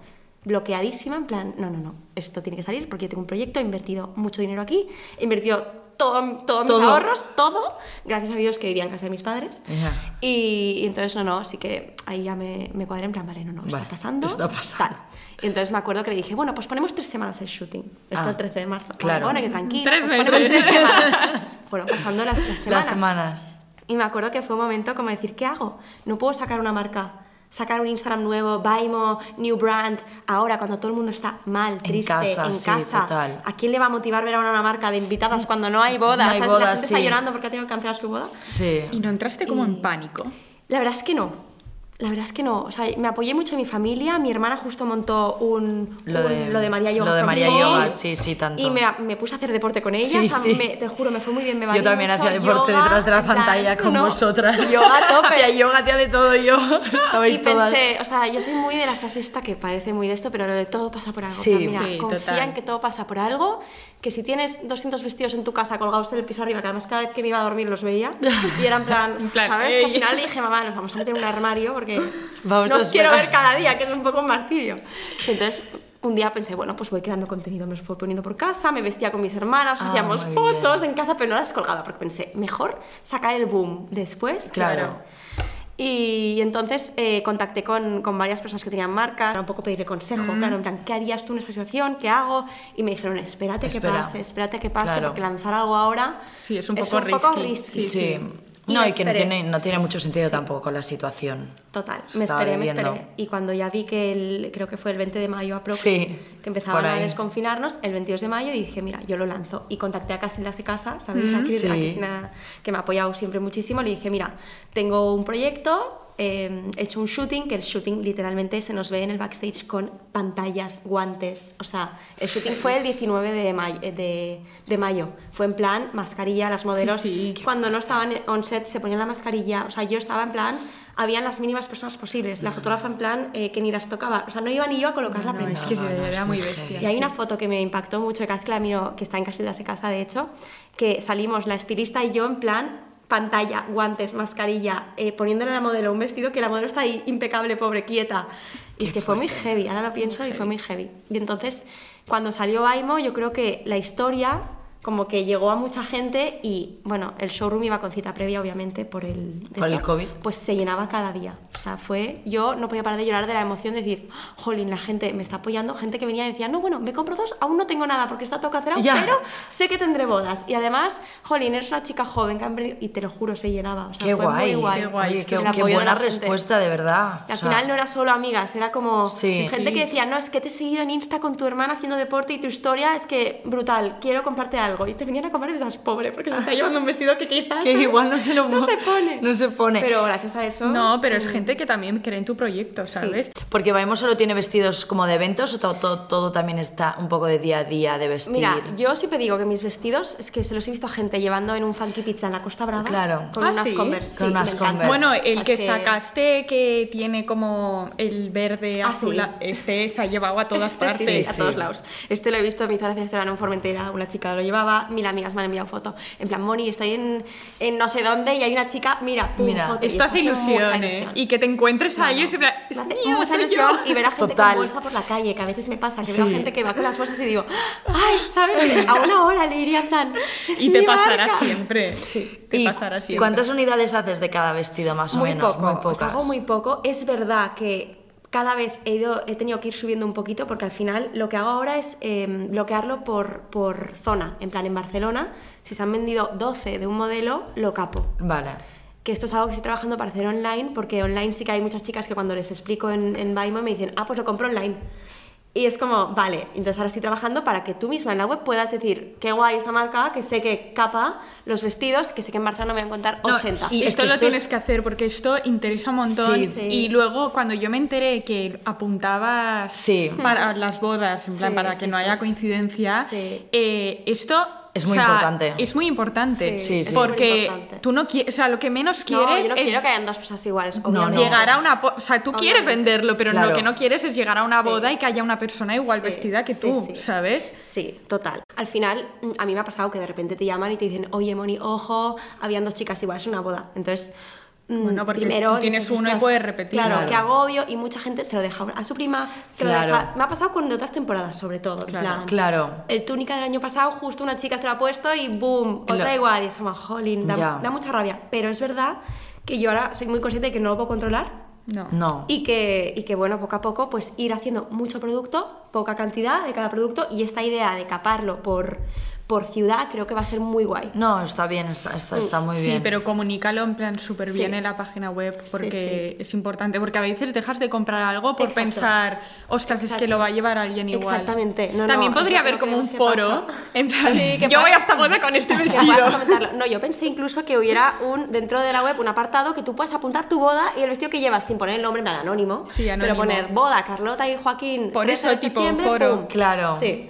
Speaker 3: bloqueadísima, en plan, no, no, no, esto tiene que salir porque yo tengo un proyecto, he invertido mucho dinero aquí, he invertido todo, todos
Speaker 2: Todo.
Speaker 3: mis ahorros, todo, gracias a Dios que vivía en casa de mis padres.
Speaker 2: Ya.
Speaker 3: Y, y entonces, no, no, sí que ahí ya me, me cuadré en plan, vale, no, no,
Speaker 2: Vale,
Speaker 3: está pasando.
Speaker 2: está pasando.
Speaker 3: tal. Y entonces me acuerdo que le dije, bueno, pues ponemos tres semanas el shooting. Esto
Speaker 2: Ah,
Speaker 3: el 13 de marzo. Vale,
Speaker 2: claro.
Speaker 3: Bueno, que tranquilo.
Speaker 1: Tres
Speaker 3: pues ponemos
Speaker 1: meses.
Speaker 3: tres semanas. Fueron pasando las, las
Speaker 2: Las
Speaker 3: semanas.
Speaker 2: semanas.
Speaker 3: Y me acuerdo que fue un momento como decir, ¿qué hago? No puedo sacar una marca, sacar un Instagram nuevo, Vimo, new brand, ahora cuando todo el mundo está mal, triste, en
Speaker 2: casa,
Speaker 3: casa.
Speaker 2: sí, total.
Speaker 3: ¿A quién le va a motivar ver ahora una marca de invitadas cuando no hay boda?
Speaker 2: No hay
Speaker 3: ¿Sabes?
Speaker 2: boda,
Speaker 3: La gente está
Speaker 2: sí.
Speaker 3: llorando porque ha tenido que cancelar su boda.
Speaker 2: Sí.
Speaker 1: Y no entraste como
Speaker 3: Y-
Speaker 1: en pánico.
Speaker 3: La verdad es que no. La verdad es que no. O sea, me apoyé mucho en mi familia. Mi hermana justo montó un,
Speaker 2: Lo
Speaker 3: un-
Speaker 2: de-
Speaker 3: lo de María Yoga.
Speaker 2: lo de
Speaker 3: From
Speaker 2: María
Speaker 3: Home.
Speaker 2: Yoga, sí, sí, tanto.
Speaker 3: Y me, me puse a hacer deporte con ella.
Speaker 2: Sí,
Speaker 3: o sea,
Speaker 2: sí.
Speaker 3: me- te juro, me fue muy bien. Me
Speaker 2: Yo
Speaker 3: valió
Speaker 2: también
Speaker 3: mucho.
Speaker 2: hacía deporte
Speaker 3: Yoga,
Speaker 2: detrás de la
Speaker 3: en plan,
Speaker 2: pantalla con
Speaker 3: no.
Speaker 2: vosotras.
Speaker 3: Yoga a tope.
Speaker 2: Hacía yoga, hacía de todo yo. Estabais
Speaker 3: y
Speaker 2: todas.
Speaker 3: pensé, o sea, yo soy muy de la frase esta que parece muy de esto, pero lo de todo pasa por algo.
Speaker 2: Sí,
Speaker 3: O sea, mira,
Speaker 1: sí,
Speaker 3: confía
Speaker 1: total.
Speaker 3: en que todo pasa por algo, que si tienes 200 vestidos en tu casa colgados del piso arriba, que además cada vez que me iba a dormir los veía, y era en plan,
Speaker 1: En plan,
Speaker 3: ¿sabes? Que al
Speaker 1: ey.
Speaker 3: final le dije, mamá, nos vamos a meter en un armario porque
Speaker 2: Vamos a
Speaker 3: nos quiero
Speaker 2: esperar.
Speaker 3: ver cada día, que es un poco un martirio. Entonces... Un día pensé, bueno, pues voy creando contenido, me los voy poniendo por casa, me vestía con mis hermanas,
Speaker 2: Ah,
Speaker 3: hacíamos
Speaker 2: muy bien.
Speaker 3: fotos en casa, pero no las colgaba, porque pensé, mejor sacar el boom después. que
Speaker 2: Claro.
Speaker 3: ahora. Y entonces eh, contacté con, con varias personas que tenían marca, para un poco pedirle consejo, claro, en plan, ¿qué harías tú en esta situación? ¿Qué hago? Y me dijeron, espérate
Speaker 2: Espera.
Speaker 3: que pase, espérate que pase,
Speaker 2: Claro.
Speaker 3: porque lanzar algo ahora
Speaker 1: Sí, es un poco risky.
Speaker 3: risky.
Speaker 2: Sí.
Speaker 1: sí.
Speaker 3: Y
Speaker 2: No,
Speaker 3: me
Speaker 2: y que no
Speaker 3: esperé.
Speaker 2: tiene, no tiene mucho sentido tampoco con la situación.
Speaker 3: Total,
Speaker 2: Se
Speaker 3: me
Speaker 2: estaba
Speaker 3: esperé, me
Speaker 2: viviendo.
Speaker 3: esperé. Y cuando ya vi que el, creo que fue el 20 de mayo aprox,
Speaker 2: Sí,
Speaker 3: que empezaban
Speaker 2: por
Speaker 3: a
Speaker 2: ahí.
Speaker 3: desconfinarnos, el 22 de mayo dije, mira, yo lo lanzo. Y contacté a Casilda Se Casa, ¿sabéis? a, Cris- a
Speaker 2: Mm, sí.
Speaker 3: Cristina, que me ha apoyado siempre muchísimo. Le dije, mira, tengo un proyecto, eh, he hecho un shooting, que el shooting literalmente se nos ve en el backstage con pantallas, guantes. O sea, el shooting fue el 19 de mayo. De, de mayo. Fue en plan mascarilla, las modelos.
Speaker 1: Sí, sí.
Speaker 3: Cuando no estaban on set se ponían la mascarilla. O sea, yo estaba en plan, habían las mínimas personas posibles. La fotógrafa en plan eh, que ni las tocaba. O sea, no iba ni yo a colocar la
Speaker 1: No,
Speaker 3: prenda.
Speaker 1: es que
Speaker 2: No, no,
Speaker 1: era
Speaker 2: es
Speaker 1: muy
Speaker 2: muy
Speaker 1: bestia.
Speaker 3: Y hay una foto que me impactó mucho, que hace que la miro, que está en Casilda se casa, de hecho, que salimos la estilista y yo en plan pantalla, guantes, mascarilla, eh, poniéndole a la modelo un vestido que la modelo está ahí impecable, pobre, quieta. Y es que fue muy heavy, ahora lo pienso y fue muy heavy. Y entonces, cuando salió Baimo, yo creo que la historia como que llegó a mucha gente y, bueno, el showroom iba con cita previa, obviamente, por el... de
Speaker 2: Por el COVID.
Speaker 3: pues se llenaba cada día. O sea, fue. Yo no podía parar de llorar de la emoción de decir, jolín, la gente me está apoyando. Gente que venía y decía, no, bueno, me compro dos, aún no tengo nada porque está todo cancelado,
Speaker 2: Ya.
Speaker 3: pero sé que tendré bodas. Y además, jolín, eres una chica joven que ha emprendido. Y te lo juro, se llenaba. O sea,
Speaker 2: qué,
Speaker 3: fue
Speaker 2: guay.
Speaker 3: muy guay.
Speaker 1: qué guay,
Speaker 2: Oye,
Speaker 1: es que
Speaker 2: qué,
Speaker 3: el
Speaker 2: qué
Speaker 3: apoyo de
Speaker 2: buena
Speaker 3: la gente.
Speaker 2: respuesta, de verdad.
Speaker 3: Y al
Speaker 2: O sea,
Speaker 3: final no era solo amigas, era como
Speaker 2: Sí.
Speaker 3: gente
Speaker 1: Sí.
Speaker 3: que decía, no, es que te he seguido en Insta con tu hermana haciendo deporte y tu historia es que brutal, quiero comprarte algo. Y te venían a comprar y esas pobre, porque se está llevando un vestido que quizás...
Speaker 2: Que igual no se lo
Speaker 3: No
Speaker 2: pon-
Speaker 3: se pone.
Speaker 2: no se pone.
Speaker 3: Pero gracias a eso...
Speaker 1: No, pero es gente que también cree en tu proyecto, ¿sabes?
Speaker 2: Porque Baimo solo tiene vestidos como de eventos o todo, todo, todo también está un poco de día a día de vestir.
Speaker 3: Mira, yo siempre digo que mis vestidos es que se los he visto a gente llevando en un funky pizza en la Costa Brava.
Speaker 2: Claro.
Speaker 3: Con
Speaker 1: Ah,
Speaker 3: unas
Speaker 1: ¿sí?
Speaker 3: Converse.
Speaker 2: Con
Speaker 3: sí,
Speaker 2: unas
Speaker 3: me
Speaker 2: Converse.
Speaker 3: encantan.
Speaker 1: Bueno,
Speaker 3: O sea,
Speaker 1: el
Speaker 3: es
Speaker 1: que sacaste que tiene como el verde
Speaker 3: Ah,
Speaker 1: azul,
Speaker 3: sí.
Speaker 1: este se ha llevado a todas
Speaker 3: Este
Speaker 1: partes.
Speaker 3: sí,
Speaker 2: partes.
Speaker 3: a todos lados. Este lo he visto, me hizo gracia este verano en Formentera, una chica lo llevaba, mil amigas me han enviado foto. En plan, Moni, estoy en, en no sé dónde y hay una chica, mira, pum,
Speaker 2: Mira.
Speaker 3: foto. Y
Speaker 1: Esto hace
Speaker 3: mucha
Speaker 1: ilusión, ¿eh? Y que te encuentres a
Speaker 3: Claro.
Speaker 1: ellos y
Speaker 3: Me
Speaker 1: digas,
Speaker 3: hace
Speaker 1: es mío,
Speaker 3: mucha
Speaker 1: soy yo".
Speaker 3: ilusión y ver a gente
Speaker 2: Total.
Speaker 3: con bolsa por la calle, que a veces me pasa, que
Speaker 2: Sí.
Speaker 3: veo gente que va con las bolsas y digo, ay, ¿sabes? A una hora le iría en plan, "Es
Speaker 1: Y te
Speaker 3: mi
Speaker 1: pasará
Speaker 3: marca".
Speaker 1: siempre. Te
Speaker 2: ¿Y
Speaker 1: pasará siempre.
Speaker 2: ¿Cuántas unidades haces de cada vestido más o
Speaker 3: muy
Speaker 2: menos?
Speaker 3: poco,
Speaker 2: muy
Speaker 3: o sea,
Speaker 2: pocas.
Speaker 3: hago muy poco. Es verdad que cada vez he, ido, he tenido que ir subiendo un poquito porque al final lo que hago ahora es em, bloquearlo por, por zona. En plan, en Barcelona, si se han vendido 12 de un modelo, lo capo
Speaker 2: Vale.
Speaker 3: que esto es algo que estoy trabajando para hacer online, porque online sí que hay muchas chicas que cuando les explico en, en Vimo me dicen, ah, pues lo compro online. Y es como, vale, entonces ahora estoy trabajando para que tú misma en la web puedas decir, qué guay esta marca, que sé que capa los vestidos, que sé que en Barcelona me voy a encontrar
Speaker 2: No,
Speaker 3: 80.
Speaker 2: y-
Speaker 1: Y
Speaker 2: es
Speaker 1: esto
Speaker 2: que
Speaker 1: lo
Speaker 2: esto
Speaker 1: tienes
Speaker 2: es-
Speaker 1: que hacer porque esto interesa un montón.
Speaker 2: Sí.
Speaker 3: Sí.
Speaker 1: Y luego, cuando yo me enteré que apuntabas
Speaker 2: Sí.
Speaker 1: para las bodas, en plan,
Speaker 3: Sí,
Speaker 1: para que
Speaker 3: sí,
Speaker 1: no
Speaker 3: sí.
Speaker 1: haya coincidencia,
Speaker 3: Sí.
Speaker 1: eh, esto.
Speaker 2: Es
Speaker 1: o
Speaker 2: muy
Speaker 1: sea,
Speaker 2: importante.
Speaker 1: Es muy importante.
Speaker 3: Sí,
Speaker 2: Sí, sí.
Speaker 1: Porque
Speaker 3: es muy importante.
Speaker 1: tú no quieres. O sea, lo que menos
Speaker 3: No,
Speaker 1: quieres
Speaker 3: yo no
Speaker 1: es
Speaker 3: quiero que hayan dos cosas iguales,
Speaker 2: no.
Speaker 3: obviamente.
Speaker 1: llegar a una. po- O sea, tú quieres
Speaker 3: Obviamente.
Speaker 1: venderlo, pero
Speaker 2: Claro.
Speaker 1: lo que no quieres es llegar a una
Speaker 3: Sí.
Speaker 1: boda y que haya una persona igual
Speaker 3: Sí,
Speaker 1: vestida que
Speaker 3: sí,
Speaker 1: tú,
Speaker 3: sí.
Speaker 1: ¿sabes?
Speaker 3: Sí, total. Al final, mm, a mí me ha pasado que de repente te llaman y te dicen, oye, Moni, ojo, habían dos chicas iguales en una boda. Entonces, mm,
Speaker 1: Bueno, porque
Speaker 3: primero
Speaker 1: tú tienes
Speaker 3: dices,
Speaker 1: uno y
Speaker 3: "Ostras,
Speaker 1: puedes repetir".
Speaker 3: Claro,
Speaker 2: Claro.
Speaker 3: qué agobio y mucha gente se lo deja a su prima, se
Speaker 2: Claro.
Speaker 3: lo deja. Me ha pasado con de otras temporadas, sobre todo. en
Speaker 1: Claro.
Speaker 3: plan,
Speaker 2: Claro.
Speaker 3: El túnica del año pasado, justo una chica se lo ha puesto y boom,
Speaker 2: Lo-
Speaker 3: otra igual. Y es como, jolín, da,
Speaker 2: Ya.
Speaker 3: da mucha rabia. Pero es verdad que yo ahora soy muy consciente de que no lo puedo controlar
Speaker 1: No.
Speaker 2: No.
Speaker 3: y que, y que, bueno, poco a poco, pues ir haciendo mucho producto, poca cantidad de cada producto y esta idea de caparlo por, por ciudad creo que va a ser muy guay.
Speaker 2: No, está bien, está, está, está
Speaker 3: Mm,
Speaker 2: muy
Speaker 1: sí,
Speaker 2: bien.
Speaker 1: pero comunícalo en plan súper bien
Speaker 3: Sí.
Speaker 1: en la página web porque
Speaker 3: sí.
Speaker 1: es importante. Porque a veces dejas de comprar algo por
Speaker 3: Exacto.
Speaker 1: pensar, ostras, es que
Speaker 3: Exacto.
Speaker 1: lo va a llevar alguien igual.
Speaker 3: Exactamente. No, no,
Speaker 1: También
Speaker 3: es
Speaker 1: podría
Speaker 3: lo que
Speaker 1: haber
Speaker 3: no
Speaker 1: como un
Speaker 3: queremos que
Speaker 1: foro.
Speaker 3: pasa.
Speaker 1: En plan,
Speaker 3: Sí, que
Speaker 1: yo
Speaker 3: pasa.
Speaker 1: voy hasta boda con este
Speaker 3: Que puedas
Speaker 1: vestido.
Speaker 3: comentarlo. No, yo pensé incluso que hubiera un dentro de la web un apartado que tú puedas apuntar tu boda y el vestido que llevas sin poner el nombre en anónimo,
Speaker 1: Sí, anónimo.
Speaker 3: pero poner boda Carlota y Joaquín.
Speaker 1: Por
Speaker 3: 13
Speaker 1: eso,
Speaker 3: de
Speaker 1: tipo, un
Speaker 3: septiembre,
Speaker 1: foro.
Speaker 3: pum.
Speaker 2: Claro.
Speaker 3: Sí.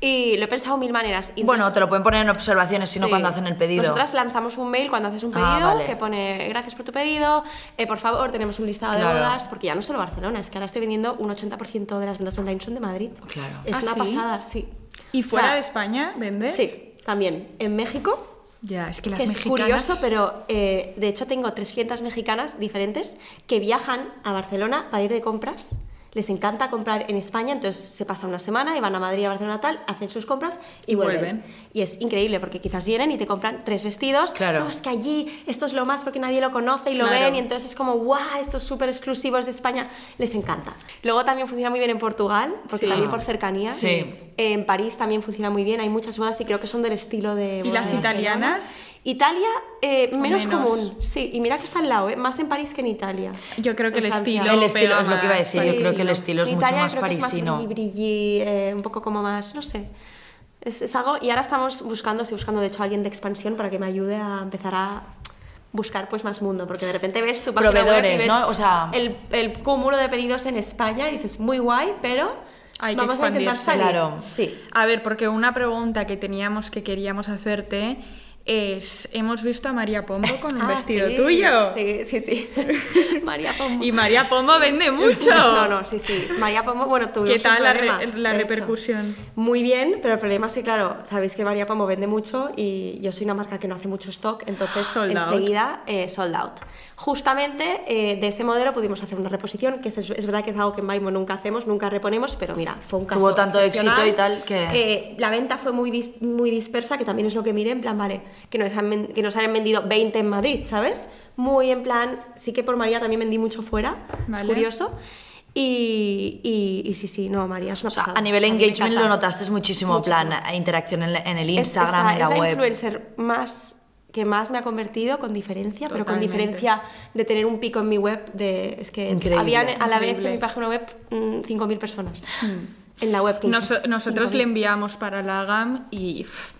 Speaker 3: Y lo he pensado mil maneras. Y
Speaker 2: Bueno,
Speaker 3: entonces-
Speaker 2: te lo pueden poner en observaciones, sino
Speaker 3: Sí.
Speaker 2: cuando hacen el pedido.
Speaker 3: Nosotras lanzamos un mail cuando haces un
Speaker 2: Ah,
Speaker 3: pedido
Speaker 2: vale.
Speaker 3: que pone gracias por tu pedido, eh, por favor, tenemos un listado
Speaker 2: Claro.
Speaker 3: de bodas, porque ya no solo Barcelona, es que ahora estoy vendiendo un 80% de las ventas online son de Madrid.
Speaker 2: Claro.
Speaker 3: Es
Speaker 1: ¿Ah,
Speaker 3: una
Speaker 1: sí?
Speaker 3: pasada, sí.
Speaker 1: ¿Y
Speaker 3: O sea,
Speaker 1: fuera de España vendes?
Speaker 3: Sí, también. En México,
Speaker 1: Ya, es que las
Speaker 3: que es
Speaker 1: mexicanas-
Speaker 3: curioso, pero eh, de hecho tengo 300 mexicanas diferentes que viajan a Barcelona para ir de compras. Les encanta comprar en España, entonces se pasa una semana y van a Madrid, a Barcelona, tal, hacen sus compras y,
Speaker 1: Y
Speaker 3: vuelven.
Speaker 1: vuelven.
Speaker 3: Y es increíble porque quizás vienen y te compran tres vestidos.
Speaker 2: Claro.
Speaker 3: No, es que allí esto es lo más porque nadie lo conoce y lo
Speaker 1: Claro.
Speaker 3: ven y entonces es como, guau, estos súper exclusivos de España. Les encanta. Luego también funciona muy bien en Portugal, porque
Speaker 1: Sí.
Speaker 3: también por cercanía.
Speaker 2: Sí.
Speaker 3: En París también funciona muy bien, hay muchas bodas y creo que son del estilo
Speaker 1: ¿Y
Speaker 3: de... bodas
Speaker 1: las
Speaker 3: de Barcelona.
Speaker 1: italianas?
Speaker 3: Italia, eh,
Speaker 1: menos.
Speaker 3: menos, común, sí, y mira que está al lado, ¿eh? más en París que en Italia.
Speaker 1: Yo creo que
Speaker 3: En
Speaker 1: el
Speaker 3: Francia.
Speaker 1: estilo.
Speaker 2: El estilo
Speaker 1: pega
Speaker 2: es lo que iba a
Speaker 1: más
Speaker 2: decir, yo creo que el
Speaker 1: parecido.
Speaker 2: estilo es
Speaker 3: En
Speaker 2: mucho
Speaker 3: Italia
Speaker 2: más
Speaker 3: creo que es
Speaker 2: parisino.
Speaker 3: más brilli-brilli, eh, un poco como más, no sé. Es, es algo, y ahora estamos buscando, estoy buscando de hecho a alguien de expansión para que me ayude a empezar a buscar pues más mundo, porque de repente ves tu página web y
Speaker 2: Proveedores,
Speaker 3: ves
Speaker 2: ¿no? O sea-
Speaker 3: el, el cúmulo de pedidos en España y dices, muy guay, pero
Speaker 1: Hay que
Speaker 3: vamos a intentar
Speaker 1: expandirse.
Speaker 3: salir.
Speaker 2: Claro.
Speaker 3: Sí.
Speaker 1: A ver, porque una pregunta que teníamos que queríamos hacerte es: hemos visto a María Pombo con un
Speaker 3: Ah,
Speaker 1: vestido
Speaker 3: sí,
Speaker 1: tuyo.
Speaker 3: Sí, sí, sí. María Pombo.
Speaker 1: Y María Pombo vende mucho.
Speaker 3: No, no, sí, sí. María Pombo, bueno, tuvimos
Speaker 1: ¿Qué
Speaker 3: un
Speaker 1: tal la re-
Speaker 3: problema,
Speaker 1: la
Speaker 3: de hecho.
Speaker 1: repercusión?
Speaker 3: Muy bien, pero el problema es que, claro, sabéis que María Pombo vende mucho y yo soy una marca que no hace mucho stock, entonces
Speaker 1: Sold out.
Speaker 3: enseguida eh, sold out. Justamente eh, de ese modelo pudimos hacer una reposición, que es, es verdad que es algo que en Maimo nunca hacemos, nunca reponemos, pero mira, fue un caso
Speaker 2: Tuvo tanto
Speaker 3: excepcional.
Speaker 2: éxito y tal que-
Speaker 3: Eh, la venta fue muy, dis- muy dispersa, que también es lo que miré, en plan, vale, que nos, han men- que nos hayan vendido 20 en Madrid, ¿sabes? Muy en plan, sí que por María también vendí mucho fuera,
Speaker 1: Vale.
Speaker 3: es curioso. Y, y, y sí, sí, no, María, es una
Speaker 2: O sea,
Speaker 3: pasada.
Speaker 2: a nivel
Speaker 3: mí me
Speaker 2: engagement
Speaker 3: encanta.
Speaker 2: lo notaste muchísimo, en plan, eh,
Speaker 3: Muchísimo.
Speaker 2: interacción en, la- en el
Speaker 3: Es-
Speaker 2: Instagram,
Speaker 3: esa-
Speaker 2: en la,
Speaker 3: es la
Speaker 2: web.
Speaker 3: influencer más que más me ha convertido con diferencia, pero con
Speaker 1: Totalmente.
Speaker 3: diferencia de tener un pico en mi web de es que
Speaker 2: Increíble. Hmm.
Speaker 3: había a la vez en
Speaker 1: Increíble.
Speaker 3: mi página web mm, 5000 personas en la web. que
Speaker 1: Nos-
Speaker 3: dices,
Speaker 1: nosotros
Speaker 3: 5.000.
Speaker 1: le enviamos para la GAM y pff,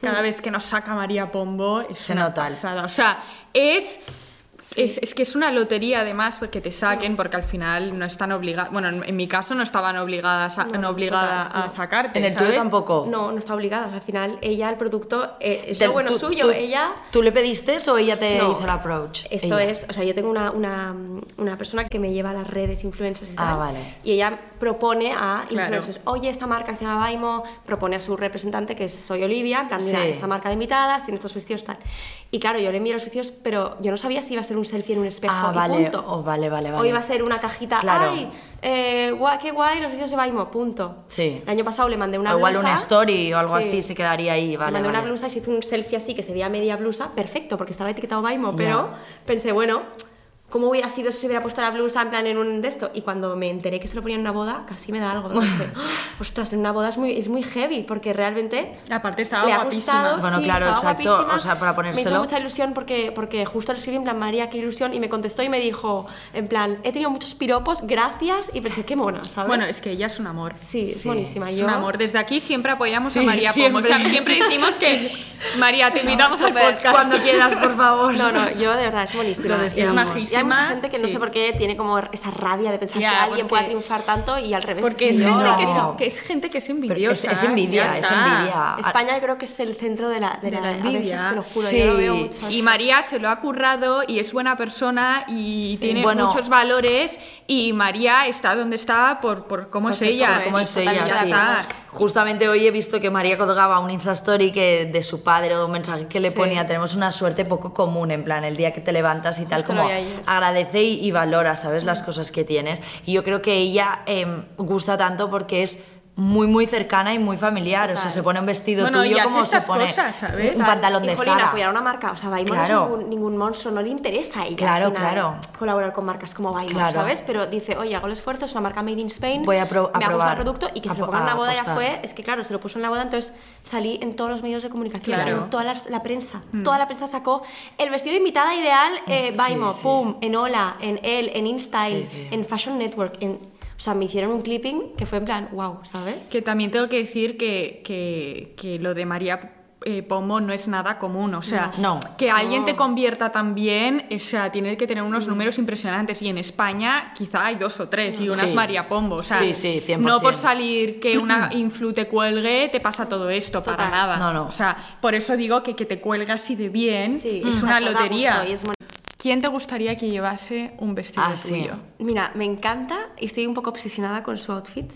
Speaker 1: cada vez que nos saca María Pombo es
Speaker 2: Se
Speaker 1: una
Speaker 2: nota.
Speaker 1: pasada. O sea, es, es, es que es una lotería además porque te saquen, porque al final no están obligadas. Bueno, en, en mi caso no estaban obligadas a,
Speaker 3: No,
Speaker 1: no obligada
Speaker 3: total,
Speaker 1: a
Speaker 3: no.
Speaker 1: sacarte.
Speaker 2: En el tuyo
Speaker 1: ¿sabes?
Speaker 2: tampoco.
Speaker 3: No, no está obligada. Al final, ella, el producto, eh, es
Speaker 2: Te-
Speaker 3: lo bueno
Speaker 2: tú-
Speaker 3: suyo.
Speaker 2: tú-
Speaker 3: ella
Speaker 2: ¿Tú le pediste o ella te
Speaker 3: No.
Speaker 2: hizo el approach?
Speaker 3: Esto
Speaker 2: Ella.
Speaker 3: es, o sea, yo tengo una, una, una persona que me lleva a las redes influencers y
Speaker 2: Ah,
Speaker 3: tal,
Speaker 2: vale.
Speaker 3: Y ella propone a
Speaker 1: Claro.
Speaker 3: influencers, oye, esta marca se llama Baimo, propone a su representante, que es Soy Olivia, en plan, mira,
Speaker 2: Sí.
Speaker 3: esta marca de invitadas, tiene estos vestidos, tal. Y claro, yo le envié los vestidos, pero yo no sabía si iba a ser un selfie en un espejo
Speaker 2: Ah,
Speaker 3: y
Speaker 2: vale,
Speaker 3: punto.
Speaker 2: oh, vale, vale,
Speaker 3: O
Speaker 2: vale.
Speaker 3: iba a ser una cajita,
Speaker 2: Claro.
Speaker 3: ay, eh, guau, qué guay, los vestidos de Baimo, punto.
Speaker 2: Sí.
Speaker 3: El año pasado le mandé una
Speaker 2: O igual
Speaker 3: blusa.
Speaker 2: una story o algo
Speaker 3: Sí.
Speaker 2: así se quedaría ahí,
Speaker 3: Le
Speaker 2: vale.
Speaker 3: mandé una
Speaker 2: vale.
Speaker 3: blusa y se hizo un selfie así que se veía media blusa, perfecto, porque estaba etiquetado Baimo,
Speaker 2: Ya.
Speaker 3: pero pensé, bueno, ¿cómo hubiera sido si se hubiera puesto la blusa en plan en un de esto? Y cuando me enteré que se lo ponía en una boda, casi me da algo. Pensé, ostras, en una boda es muy, es muy heavy, porque realmente.
Speaker 1: Aparte estaba
Speaker 3: le ha
Speaker 1: guapísima.
Speaker 3: gustado,
Speaker 2: Bueno,
Speaker 3: sí,
Speaker 2: claro,
Speaker 3: estaba
Speaker 2: exacto,
Speaker 3: guapísima.
Speaker 2: o sea, para
Speaker 3: Me
Speaker 2: ponérselo.
Speaker 3: hizo mucha ilusión porque, porque justo le escribí en plan, María, qué ilusión, y me contestó y me dijo, en plan, he tenido muchos piropos, gracias, y pensé, qué mona, ¿sabes?
Speaker 1: Bueno, es que ella es un amor.
Speaker 3: Sí, es
Speaker 2: Sí,
Speaker 3: buenísima.
Speaker 1: Es
Speaker 3: yo,
Speaker 1: un amor. Desde aquí siempre apoyamos a
Speaker 2: Sí,
Speaker 1: María Pombo. O sea,
Speaker 2: siempre.
Speaker 1: siempre decimos que María, te invitamos al
Speaker 2: Súper,
Speaker 1: podcast.
Speaker 2: Cuando quieras, por favor.
Speaker 3: No, no, yo de verdad es buenísima.
Speaker 2: Lo
Speaker 3: Y-
Speaker 2: deseamos.
Speaker 1: Es
Speaker 3: Y hay mucha
Speaker 1: tema,
Speaker 3: gente que no
Speaker 1: sí.
Speaker 3: sé por qué tiene como esa rabia de pensar
Speaker 1: Ya,
Speaker 3: que alguien
Speaker 1: porque-
Speaker 3: pueda triunfar tanto y al revés.
Speaker 1: Porque es,
Speaker 3: no.
Speaker 1: gente que
Speaker 2: No.
Speaker 1: es, que es gente que es
Speaker 2: es-
Speaker 1: envidiosa.
Speaker 2: es envidia,
Speaker 1: ya
Speaker 2: es
Speaker 1: está.
Speaker 2: envidia.
Speaker 3: España creo que es el centro de la, de
Speaker 1: De
Speaker 3: la,
Speaker 1: la
Speaker 3: a veces,
Speaker 1: envidia.
Speaker 3: te lo juro,
Speaker 2: Sí.
Speaker 3: yo lo veo mucho.
Speaker 1: Y María se lo ha currado y es buena persona y tiene
Speaker 2: Bueno.
Speaker 1: muchos valores y María está donde está por, por cómo
Speaker 3: Por
Speaker 1: es
Speaker 3: ser
Speaker 1: ella.
Speaker 3: como
Speaker 2: ¿Cómo
Speaker 3: es,
Speaker 2: es ella?
Speaker 1: Ya
Speaker 2: Sí.
Speaker 1: está.
Speaker 2: Justamente hoy he visto que María colgaba un Insta Story que de su padre o un mensaje que le
Speaker 1: Sí.
Speaker 2: ponía tenemos una suerte poco común, en plan, el día que te levantas y tal,
Speaker 3: Justo
Speaker 2: como
Speaker 3: lo vi ayer.
Speaker 2: agradece y, y valora, ¿sabes? Las cosas que tienes. Y yo creo que ella em, gusta tanto porque es muy muy cercana y muy familiar, o sea,
Speaker 3: Total.
Speaker 2: se pone un vestido
Speaker 1: Bueno,
Speaker 2: tuyo
Speaker 1: y hace
Speaker 2: como se
Speaker 1: estas
Speaker 2: pone
Speaker 1: cosas, ¿sabes?
Speaker 2: un pantalón
Speaker 3: Y,
Speaker 2: de
Speaker 3: jolín,
Speaker 2: Zara.
Speaker 3: apoyar a una marca, o sea, Baimon
Speaker 2: Claro.
Speaker 3: no es ningún, ningún monstruo, no le interesa a ella
Speaker 2: Claro,
Speaker 3: al final
Speaker 2: claro.
Speaker 3: colaborar con marcas como Baimon,
Speaker 2: Claro.
Speaker 3: ¿sabes? Pero dice, oye, hago el esfuerzo, es una marca made in Spain,
Speaker 2: Voy a pro- a
Speaker 3: me ha
Speaker 2: probar,
Speaker 3: gustado el producto y que
Speaker 2: a
Speaker 3: se
Speaker 2: po-
Speaker 3: lo pongan en
Speaker 2: a
Speaker 3: la boda ya
Speaker 2: apostar.
Speaker 3: fue, es que claro, se lo puso en la boda, entonces salí en todos los medios de comunicación,
Speaker 1: Claro.
Speaker 3: en toda la, la prensa, toda la prensa sacó el vestido de invitada ideal eh,
Speaker 2: Mm,
Speaker 3: Baimon,
Speaker 2: sí, sí.
Speaker 3: pum, en Ola, en Elle, en InStyle,
Speaker 2: Sí, sí.
Speaker 3: en Fashion Network, en... O sea, me hicieron un clipping que fue en plan, wow, ¿sabes?
Speaker 1: Que también tengo que decir que, que- que lo de María eh, Pombo no es nada común, o sea,
Speaker 2: No.
Speaker 1: que alguien te convierta también, o sea, tiene que tener
Speaker 3: Mm.
Speaker 1: unos números impresionantes y en España quizá hay dos o tres y una
Speaker 2: Sí.
Speaker 1: es María Pombo, o sea,
Speaker 2: Sí, sí, 100%.
Speaker 1: no por salir que una influ te cuelgue te pasa todo esto, para
Speaker 3: Total.
Speaker 1: nada,
Speaker 2: No, no.
Speaker 1: o sea, por eso digo que que te cuelga así de bien
Speaker 3: Sí,
Speaker 1: es
Speaker 3: exacto,
Speaker 1: una
Speaker 3: da
Speaker 1: lotería.
Speaker 3: gusto Mm. y es mon-
Speaker 1: ¿Quién te gustaría que llevase un vestido
Speaker 2: Ah, sí.
Speaker 1: tuyo?
Speaker 3: Mira, me encanta y estoy un poco obsesionada con su outfit,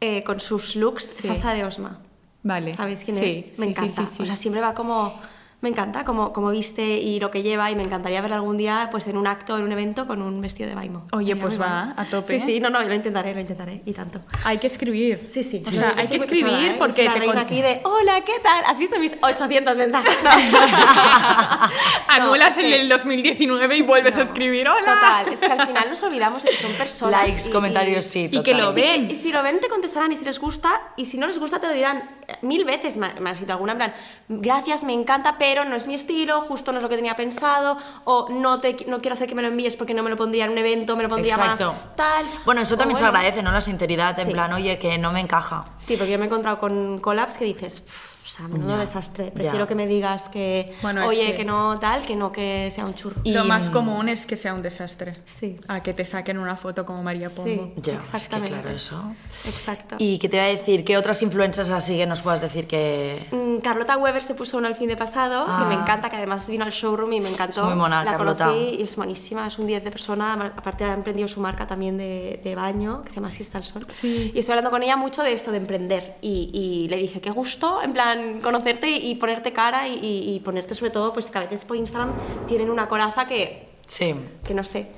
Speaker 3: eh, con sus looks Sasa de Osma.
Speaker 1: Vale.
Speaker 3: ¿Sabéis quién
Speaker 1: Sí,
Speaker 3: es? Me
Speaker 1: sí, sí,
Speaker 3: encanta.
Speaker 1: sí, sí.
Speaker 3: O sea, siempre va como. Me encanta como, como viste y lo que lleva y me encantaría verla algún día pues en un acto, en un evento con un vestido de Baimo.
Speaker 1: Oye,
Speaker 3: Sería
Speaker 1: pues
Speaker 3: muy
Speaker 1: va,
Speaker 3: guay.
Speaker 1: a tope.
Speaker 3: Sí, sí, no, no, yo lo intentaré, lo intentaré y tanto.
Speaker 1: Hay que escribir.
Speaker 3: Sí, sí.
Speaker 1: O sea, hay que
Speaker 3: estoy muy
Speaker 1: escribir
Speaker 3: pesada, ¿eh?
Speaker 1: porque
Speaker 3: Es la
Speaker 1: te
Speaker 3: reina
Speaker 1: con-
Speaker 3: aquí de, hola, ¿qué tal? ¿Has visto mis 800 mensajes? No.
Speaker 1: Anulas
Speaker 3: No,
Speaker 1: el
Speaker 3: que-
Speaker 1: del 2019 y vuelves a
Speaker 3: No.
Speaker 1: escribir hola.
Speaker 3: Total, es que al final nos olvidamos de que son personas.
Speaker 2: Likes,
Speaker 3: y-
Speaker 2: comentarios, sí,
Speaker 1: y que
Speaker 2: total.
Speaker 1: lo
Speaker 3: Sí,
Speaker 1: ven.
Speaker 3: y si lo ven te contestarán y si les gusta y si no les gusta te lo dirán eh, mil veces me me han escrito alguna en plan gracias me encanta pero no es mi estilo justo no es lo que tenía pensado o no te qui- no quiero hacer que me lo envíes porque no me lo pondría en un evento me lo pondría
Speaker 2: Exacto.
Speaker 3: más tal
Speaker 2: Bueno, eso
Speaker 3: O
Speaker 2: también se
Speaker 3: bueno,
Speaker 2: agradece, ¿no? La sinceridad, en
Speaker 3: Sí.
Speaker 2: plan, oye, que no me encaja.
Speaker 3: sí porque yo me he encontrado con collabs que dices "Pff, o sea menudo
Speaker 2: Ya,
Speaker 3: desastre
Speaker 2: ya.
Speaker 3: prefiero que me digas que
Speaker 1: Bueno, es
Speaker 3: oye
Speaker 1: que-
Speaker 3: que no tal que no que sea un churro
Speaker 1: Lo
Speaker 2: Y-
Speaker 1: más común es que sea un desastre.
Speaker 3: Sí.
Speaker 1: A que te saquen una foto como María Pombo.
Speaker 2: Ya, es que
Speaker 3: Exactamente.
Speaker 2: claro, eso.
Speaker 3: exacto
Speaker 2: ¿Y qué te iba a decir? ¿Qué otras influencias así que nos puedas decir que...?
Speaker 3: Mm, Carlota Weber se puso una el fin de pasado,
Speaker 2: Ah.
Speaker 3: que me encanta, que además vino al showroom y me encantó.
Speaker 2: Es muy mona,
Speaker 3: la
Speaker 2: Carlota.
Speaker 3: conocí y es buenísima, es un 10 de persona. ma- Aparte, ha emprendido su marca también de, de baño, que se llama Asista al Sol.
Speaker 1: Sí.
Speaker 3: Y estoy hablando con ella mucho de esto de emprender. Y, y le dije, qué gusto, en plan, conocerte y ponerte cara y, y- y ponerte sobre todo, pues que a veces por Instagram tienen una coraza que,
Speaker 2: Sí.
Speaker 3: que no sé.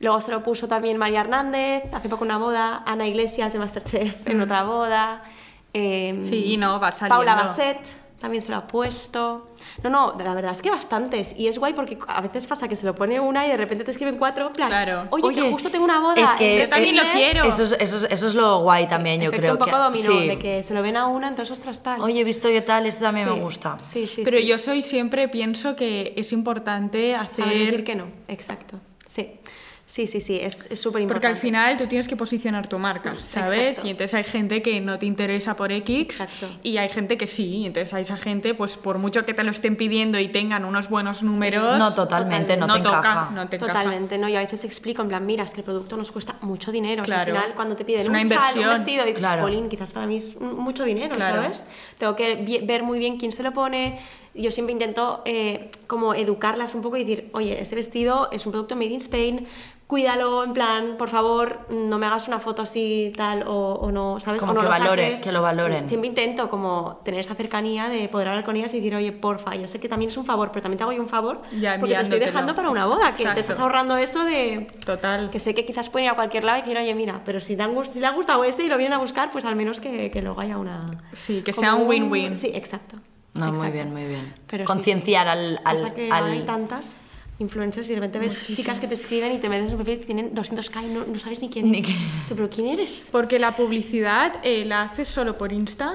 Speaker 3: Luego se lo puso también María Hernández, hace poco una boda, Ana Iglesias de Masterchef en otra boda. em,
Speaker 1: Mm. Sí, y no, va saliendo.
Speaker 3: Paula Bassett también se lo ha puesto. No, no, la verdad es que bastantes. Y es guay porque a veces pasa que se lo pone una y de repente te escriben cuatro. en plan,
Speaker 1: Claro.
Speaker 3: Oye, que justo tengo una boda.
Speaker 2: Es que
Speaker 3: en
Speaker 1: yo también lo
Speaker 3: viernes".
Speaker 1: quiero.
Speaker 2: ¿eh? Eso es, eso, es, eso es lo guay también, yo
Speaker 3: Efecto
Speaker 2: creo.
Speaker 3: un poco
Speaker 2: que,
Speaker 3: dominó,
Speaker 2: sí.
Speaker 3: de que se lo ven a una, entonces ostras tal.
Speaker 2: Oye, he visto que tal, este también me
Speaker 3: Sí,
Speaker 2: gusta.
Speaker 3: Sí, sí,
Speaker 1: Pero
Speaker 3: sí.
Speaker 1: yo soy siempre pienso que es importante hacer.
Speaker 3: Saber decir que no, exacto. Sí, sí, sí, sí, es súper importante.
Speaker 1: Porque al final tú tienes que posicionar tu marca, ¿sabes?
Speaker 3: Exacto.
Speaker 1: Y entonces hay gente que no te interesa por X
Speaker 3: Exacto.
Speaker 1: y hay gente que sí. Y entonces a esa gente, pues por mucho que te lo estén pidiendo y tengan unos buenos números,
Speaker 2: No, totalmente, no, te
Speaker 1: toca,
Speaker 2: encaja.
Speaker 1: no te encaja.
Speaker 3: Totalmente, no. Yo a veces explico, en plan, mira, es que el producto nos cuesta mucho dinero. O sea,
Speaker 1: Claro.
Speaker 3: al final, cuando te
Speaker 1: Es
Speaker 3: piden
Speaker 1: una
Speaker 3: un chal, un
Speaker 1: inversión.
Speaker 3: vestido, dices,
Speaker 2: Claro.
Speaker 3: "Jolín, quizás para mí es un- mucho dinero,
Speaker 1: Claro.
Speaker 3: ¿sabes? Tengo que vi- ver muy bien quién se lo pone. Yo siempre intento eh, como educarlas un poco y decir, oye, este vestido es un producto made in Spain, cuídalo, en plan, por favor, no me hagas una foto así, tal, o, o no, ¿sabes?
Speaker 2: Como
Speaker 3: O no
Speaker 2: que
Speaker 3: lo
Speaker 2: valore,
Speaker 3: saques".
Speaker 2: que lo valoren.
Speaker 3: Siempre intento como tener esa cercanía de poder hablar con ellas y decir, oye, porfa, yo sé que también es un favor, pero también te hago yo un
Speaker 1: Ya
Speaker 3: favor porque te estoy
Speaker 1: enviándotelo.
Speaker 3: dejando para una boda, que
Speaker 1: Exacto.
Speaker 3: te estás ahorrando eso de...
Speaker 1: Total.
Speaker 3: Que sé que quizás pueden ir a cualquier lado y decir, oye, mira, pero si, te han gust- si le ha gustado ese y lo vienen a buscar, pues al menos que, que luego haya una...
Speaker 1: Sí, que
Speaker 3: como
Speaker 1: sea un win-win.
Speaker 3: Sí, exacto.
Speaker 2: No, muy
Speaker 3: exacto.
Speaker 2: bien, muy bien.
Speaker 3: Pero sí,
Speaker 2: Concienciar
Speaker 3: sí.
Speaker 2: al... al,
Speaker 3: Pasa que
Speaker 2: al-
Speaker 3: hay tantas influencers y de repente ves chicas que te escriben y te metes en su perfil que tienen 200k y no, no sabes ni quién
Speaker 2: Ni
Speaker 3: es.
Speaker 2: qué-
Speaker 3: Tú, pero ¿quién eres?
Speaker 1: Porque la publicidad eh, la haces solo por Insta.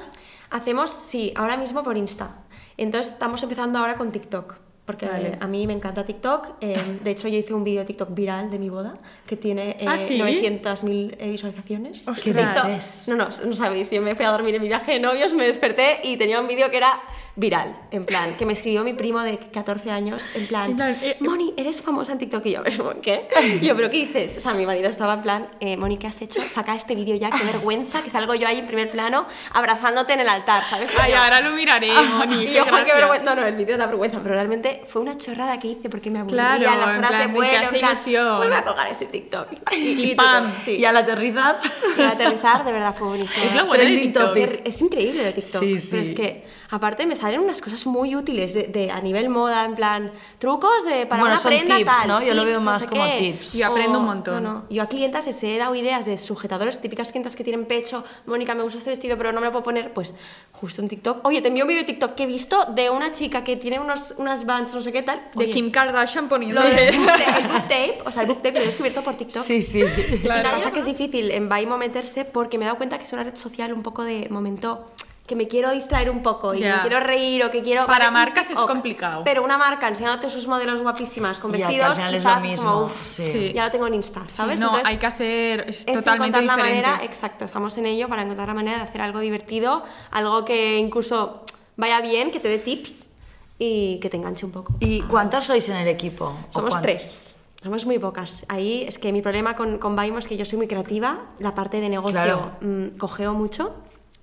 Speaker 3: Hacemos, sí, ahora mismo por Insta. Entonces estamos empezando ahora con TikTok. Porque
Speaker 1: Vale.
Speaker 3: a mí me encanta TikTok. eh, de hecho, yo hice un vídeo de TikTok viral de mi boda que tiene eh,
Speaker 1: ¿Ah, sí? Oh,
Speaker 3: 900.000 eh, visualizaciones.
Speaker 1: Ostras.
Speaker 2: ¿Qué
Speaker 3: Se hizo-
Speaker 2: dices?
Speaker 3: No, no, no sabéis. Yo me fui a dormir en mi viaje de novios, me desperté y tenía un vídeo que era viral, en plan, que me escribió mi primo de 14 años, en plan,
Speaker 1: En plan, eh,
Speaker 3: Moni, eres famosa en TikTok y yo, "Pero, ¿qué? Y yo, pero ¿qué dices? O sea, mi marido estaba en plan, eh, Moni, ¿qué has hecho? Saca este vídeo ya, qué vergüenza, que salgo yo ahí en primer plano abrazándote en el altar, ¿sabes? Y
Speaker 1: Ay,
Speaker 3: yo,
Speaker 1: ahora lo miraré, Moni.
Speaker 3: y yo, "Juan, qué
Speaker 1: gracia".
Speaker 3: vergüenza. No, no, el vídeo da vergüenza, pero realmente fue una chorrada que hice porque me aburría
Speaker 1: Claro,
Speaker 3: las
Speaker 1: en
Speaker 3: horas de
Speaker 1: plan, te
Speaker 3: vuelo.
Speaker 1: hace
Speaker 3: en plan,
Speaker 1: ilusión.
Speaker 3: Vuelve a colgar este TikTok. Y,
Speaker 2: Y,
Speaker 3: y
Speaker 2: pam,
Speaker 3: todo, sí.
Speaker 2: y al aterrizar.
Speaker 3: Y al aterrizar, de verdad, fue buenísimo.
Speaker 1: Es lo bueno de
Speaker 2: Trending
Speaker 1: TikTok.
Speaker 2: topic.
Speaker 3: Es increíble lo de TikTok.
Speaker 2: Sí, sí.
Speaker 3: Pero es que, aparte, me salen unas cosas muy útiles de, de- a nivel moda, en plan, trucos de, para
Speaker 2: Bueno,
Speaker 3: una
Speaker 2: son
Speaker 3: prenda
Speaker 2: tips,
Speaker 3: tal,
Speaker 2: ¿no? Yo lo
Speaker 3: tips,
Speaker 2: veo
Speaker 3: no
Speaker 2: más
Speaker 3: sé
Speaker 2: como
Speaker 3: qué.
Speaker 2: tips.
Speaker 1: Yo aprendo un montón.
Speaker 3: no, no. Yo a clientas les he dado ideas de sujetadores, típicas clientas que tienen pecho. Mónica, me gusta este vestido, pero no me lo puedo poner. Pues justo un TikTok. Oye, te envío un vídeo de TikTok que he visto de una chica que tiene unos, unas bands, no sé qué tal.
Speaker 1: De
Speaker 3: Oye,
Speaker 1: Kim Kardashian poniendo.
Speaker 3: Lo del book ta- el book tape, o sea, el book tape lo he descubierto por TikTok.
Speaker 2: Sí, sí.
Speaker 1: Claro.
Speaker 3: Lo que pasa es que es difícil en Vimo meterse porque me he dado cuenta que es una red social un poco de momento que me quiero distraer un poco y
Speaker 1: Ya.
Speaker 3: me quiero reír o que quiero...
Speaker 1: Para
Speaker 3: vale,
Speaker 1: marcas es
Speaker 3: ok.
Speaker 1: complicado.
Speaker 3: Pero una marca enseñándote sus modelos guapísimas con
Speaker 2: Ya, que al
Speaker 3: vestidos
Speaker 2: final es lo
Speaker 3: quizás
Speaker 2: mismo,
Speaker 3: como, uff,
Speaker 2: sí.
Speaker 1: Sí.
Speaker 3: ya lo tengo en Insta, ¿sabes?
Speaker 1: No,
Speaker 3: Entonces,
Speaker 1: hay que hacer. Es,
Speaker 3: es
Speaker 1: totalmente
Speaker 3: encontrar
Speaker 1: diferente.
Speaker 3: la manera, exacto, estamos en ello para encontrar la manera de hacer algo divertido, algo que incluso vaya bien, que te dé tips y que te enganche un poco.
Speaker 2: ¿Y cuántas sois en el equipo? ¿O
Speaker 3: Somos
Speaker 2: cuántas?
Speaker 3: tres. Somos muy pocas. Ahí es que mi problema con, con Vimo es que yo soy muy creativa, la parte de negocio
Speaker 2: Claro.
Speaker 3: mm, cogeo mucho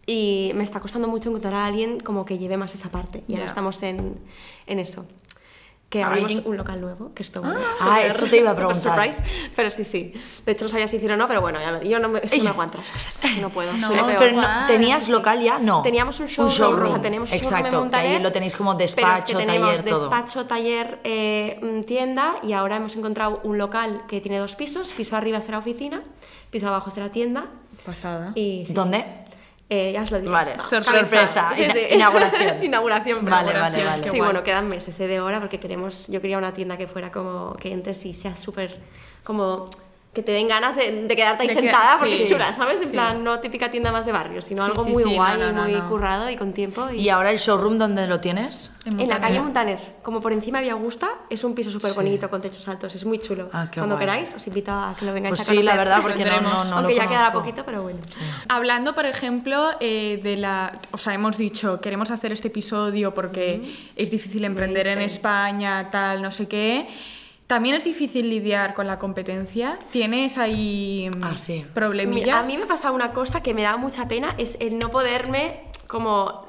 Speaker 3: y me está costando mucho encontrar a alguien como que lleve más esa parte. Y
Speaker 1: Ya.
Speaker 3: ahora estamos en, en eso. Que
Speaker 2: Alguien-
Speaker 3: abrimos un local nuevo, que esto
Speaker 2: Ah, eso te iba a preguntar.
Speaker 3: Surprise. Pero sí, sí. De hecho, no sabía si hicieron o no, pero bueno, ya lo- yo no, me, es que no aguanto las cosas. No puedo.
Speaker 1: No,
Speaker 3: soy la peor.
Speaker 2: Pero no-
Speaker 1: Guau,
Speaker 2: ¿Tenías
Speaker 1: sí, sí.
Speaker 2: local ya? No.
Speaker 3: Teníamos un showroom, o sea, teníamos un showroom en
Speaker 2: Exacto. que
Speaker 3: Montaner,
Speaker 2: ahí lo tenéis como
Speaker 3: pero es que
Speaker 2: despacho,
Speaker 3: tenemos
Speaker 2: taller, todo.
Speaker 3: despacho, taller, eh, mm, tienda y ahora hemos encontrado un local que tiene dos pisos, piso arriba será oficina, piso abajo será tienda
Speaker 1: Pasada.
Speaker 3: y... sí,
Speaker 2: ¿Dónde?
Speaker 3: sí. Eh, ya os lo digo.
Speaker 2: Vale,
Speaker 1: sorpresa,
Speaker 2: ina- inauguración.
Speaker 3: inauguración.
Speaker 2: Vale, vale,
Speaker 3: inauguración.
Speaker 2: vale.
Speaker 3: Sí,
Speaker 1: Qué guay.
Speaker 3: bueno, quedan meses eh, de hora porque queremos, yo quería una tienda que fuera como, que entres y sea súper, como, que te den ganas de, de quedarte ahí
Speaker 1: De que-
Speaker 3: sentada porque
Speaker 1: sí,
Speaker 3: es chula, ¿sabes? En
Speaker 1: sí.
Speaker 3: plan, no típica tienda más de barrio, sino
Speaker 1: Sí,
Speaker 3: algo
Speaker 1: sí,
Speaker 3: muy
Speaker 1: sí, no,
Speaker 3: guay,
Speaker 1: no, no,
Speaker 3: muy
Speaker 1: no.
Speaker 3: currado y con tiempo. Y,
Speaker 2: ¿Y ahora el showroom dónde lo tienes?
Speaker 3: en la calle Montaner, como por encima de Augusta, es un piso súper bonito con techos altos, es muy chulo.
Speaker 2: Ah, qué
Speaker 3: Cuando
Speaker 2: guay.
Speaker 3: queráis, os invito a que lo vengáis
Speaker 2: Pues
Speaker 3: a
Speaker 2: sí, la
Speaker 3: conocer.
Speaker 2: verdad, porque no, no,
Speaker 1: Tendremos,
Speaker 2: no
Speaker 3: Aunque
Speaker 2: lo
Speaker 3: ya quedará
Speaker 2: conozco.
Speaker 3: poquito, pero bueno.
Speaker 1: Hablando, por ejemplo, eh, de la. O sea, hemos dicho, queremos hacer este episodio porque es difícil emprender en España, tal, no sé qué. También es difícil lidiar con la competencia. ¿Tienes ahí mm,
Speaker 2: Ah, sí.
Speaker 1: problemillas?
Speaker 3: A mí me pasa una cosa que me da mucha pena, es el no poderme como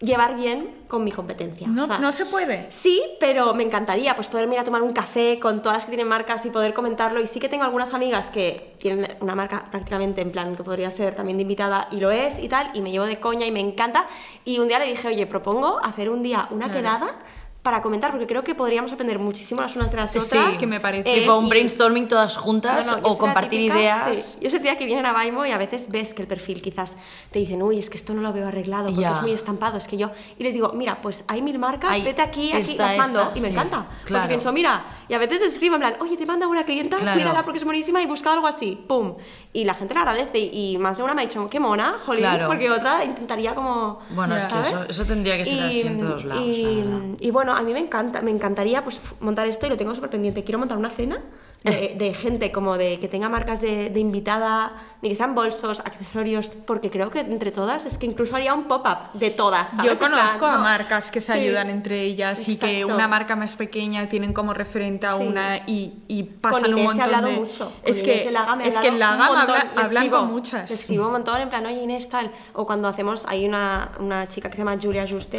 Speaker 3: llevar bien con mi competencia.
Speaker 1: no,
Speaker 3: O sea,
Speaker 1: no se puede.
Speaker 3: Sí, pero me encantaría pues poderme ir a tomar un café con todas las que tienen marcas y poder comentarlo. Y sí que tengo algunas amigas que tienen una marca prácticamente en plan que podría ser también de invitada y lo es y tal, y me llevo de coña y me encanta. Y un día le dije, oye, propongo hacer un día una quedada para comentar, porque creo que podríamos aprender muchísimo las unas de las
Speaker 1: Sí,
Speaker 3: otras. Eh,
Speaker 1: que me parece.
Speaker 2: Tipo un
Speaker 3: y-
Speaker 2: brainstorming todas juntas
Speaker 3: no, no, yo
Speaker 2: o
Speaker 3: soy la
Speaker 2: compartir
Speaker 3: típica-
Speaker 2: ideas.
Speaker 3: sí, Yo soy tía que vienen a Baimo y a veces ves que el perfil quizás te dicen, uy, es que esto no lo veo arreglado porque
Speaker 2: Ya.
Speaker 3: es muy estampado, es que yo... Y les digo, mira, pues hay mil marcas,
Speaker 2: Hay
Speaker 3: vete aquí, aquí,
Speaker 2: esta,
Speaker 3: las mando.
Speaker 2: esta,
Speaker 3: y me
Speaker 2: sí,
Speaker 3: encanta.
Speaker 2: claro.
Speaker 3: Porque pienso, mira, y a veces les escribo en plan, oye, te manda una clienta,
Speaker 2: Claro.
Speaker 3: mírala porque es buenísima y busca algo así, pum. Y la gente la agradece y y más de una me ha dicho, qué mona, jolín,
Speaker 2: Claro.
Speaker 3: porque otra intentaría como...
Speaker 2: Bueno,
Speaker 1: es que
Speaker 3: ¿sabes?
Speaker 2: eso- eso tendría que ser así en todos lados, la
Speaker 3: Y,
Speaker 2: verdad.
Speaker 3: y bueno, a mí me encanta, me encantaría pues f- montar esto y lo tengo súper pendiente. Quiero montar una cena de, de gente como de que tenga marcas de, de invitada, de que sean bolsos, accesorios, porque creo que entre todas es que incluso haría un pop-up de todas. ¿sabes?
Speaker 1: Yo
Speaker 3: En plan,
Speaker 1: conozco a
Speaker 3: ¿no?
Speaker 1: marcas que se
Speaker 3: Sí.
Speaker 1: ayudan entre ellas y que
Speaker 3: Exacto.
Speaker 1: una marca más pequeña tienen como referente a
Speaker 3: Sí.
Speaker 1: una y, y pasan
Speaker 3: con
Speaker 1: un
Speaker 3: Inés
Speaker 1: montón
Speaker 3: he hablado
Speaker 1: de-
Speaker 3: mucho. Con
Speaker 1: Es
Speaker 3: Inés
Speaker 1: que,
Speaker 3: de Laga me he
Speaker 1: es que en
Speaker 3: hablado
Speaker 1: Laga
Speaker 3: un montón.
Speaker 1: habla-
Speaker 3: Le
Speaker 1: hablan
Speaker 3: escribo-
Speaker 1: con muchas.
Speaker 3: Le escribo un montón, en plan, oye Inés, tal. O cuando hacemos, hay una, una chica que se llama Julia Juste,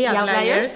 Speaker 1: Sí,
Speaker 3: y
Speaker 1: Outliers.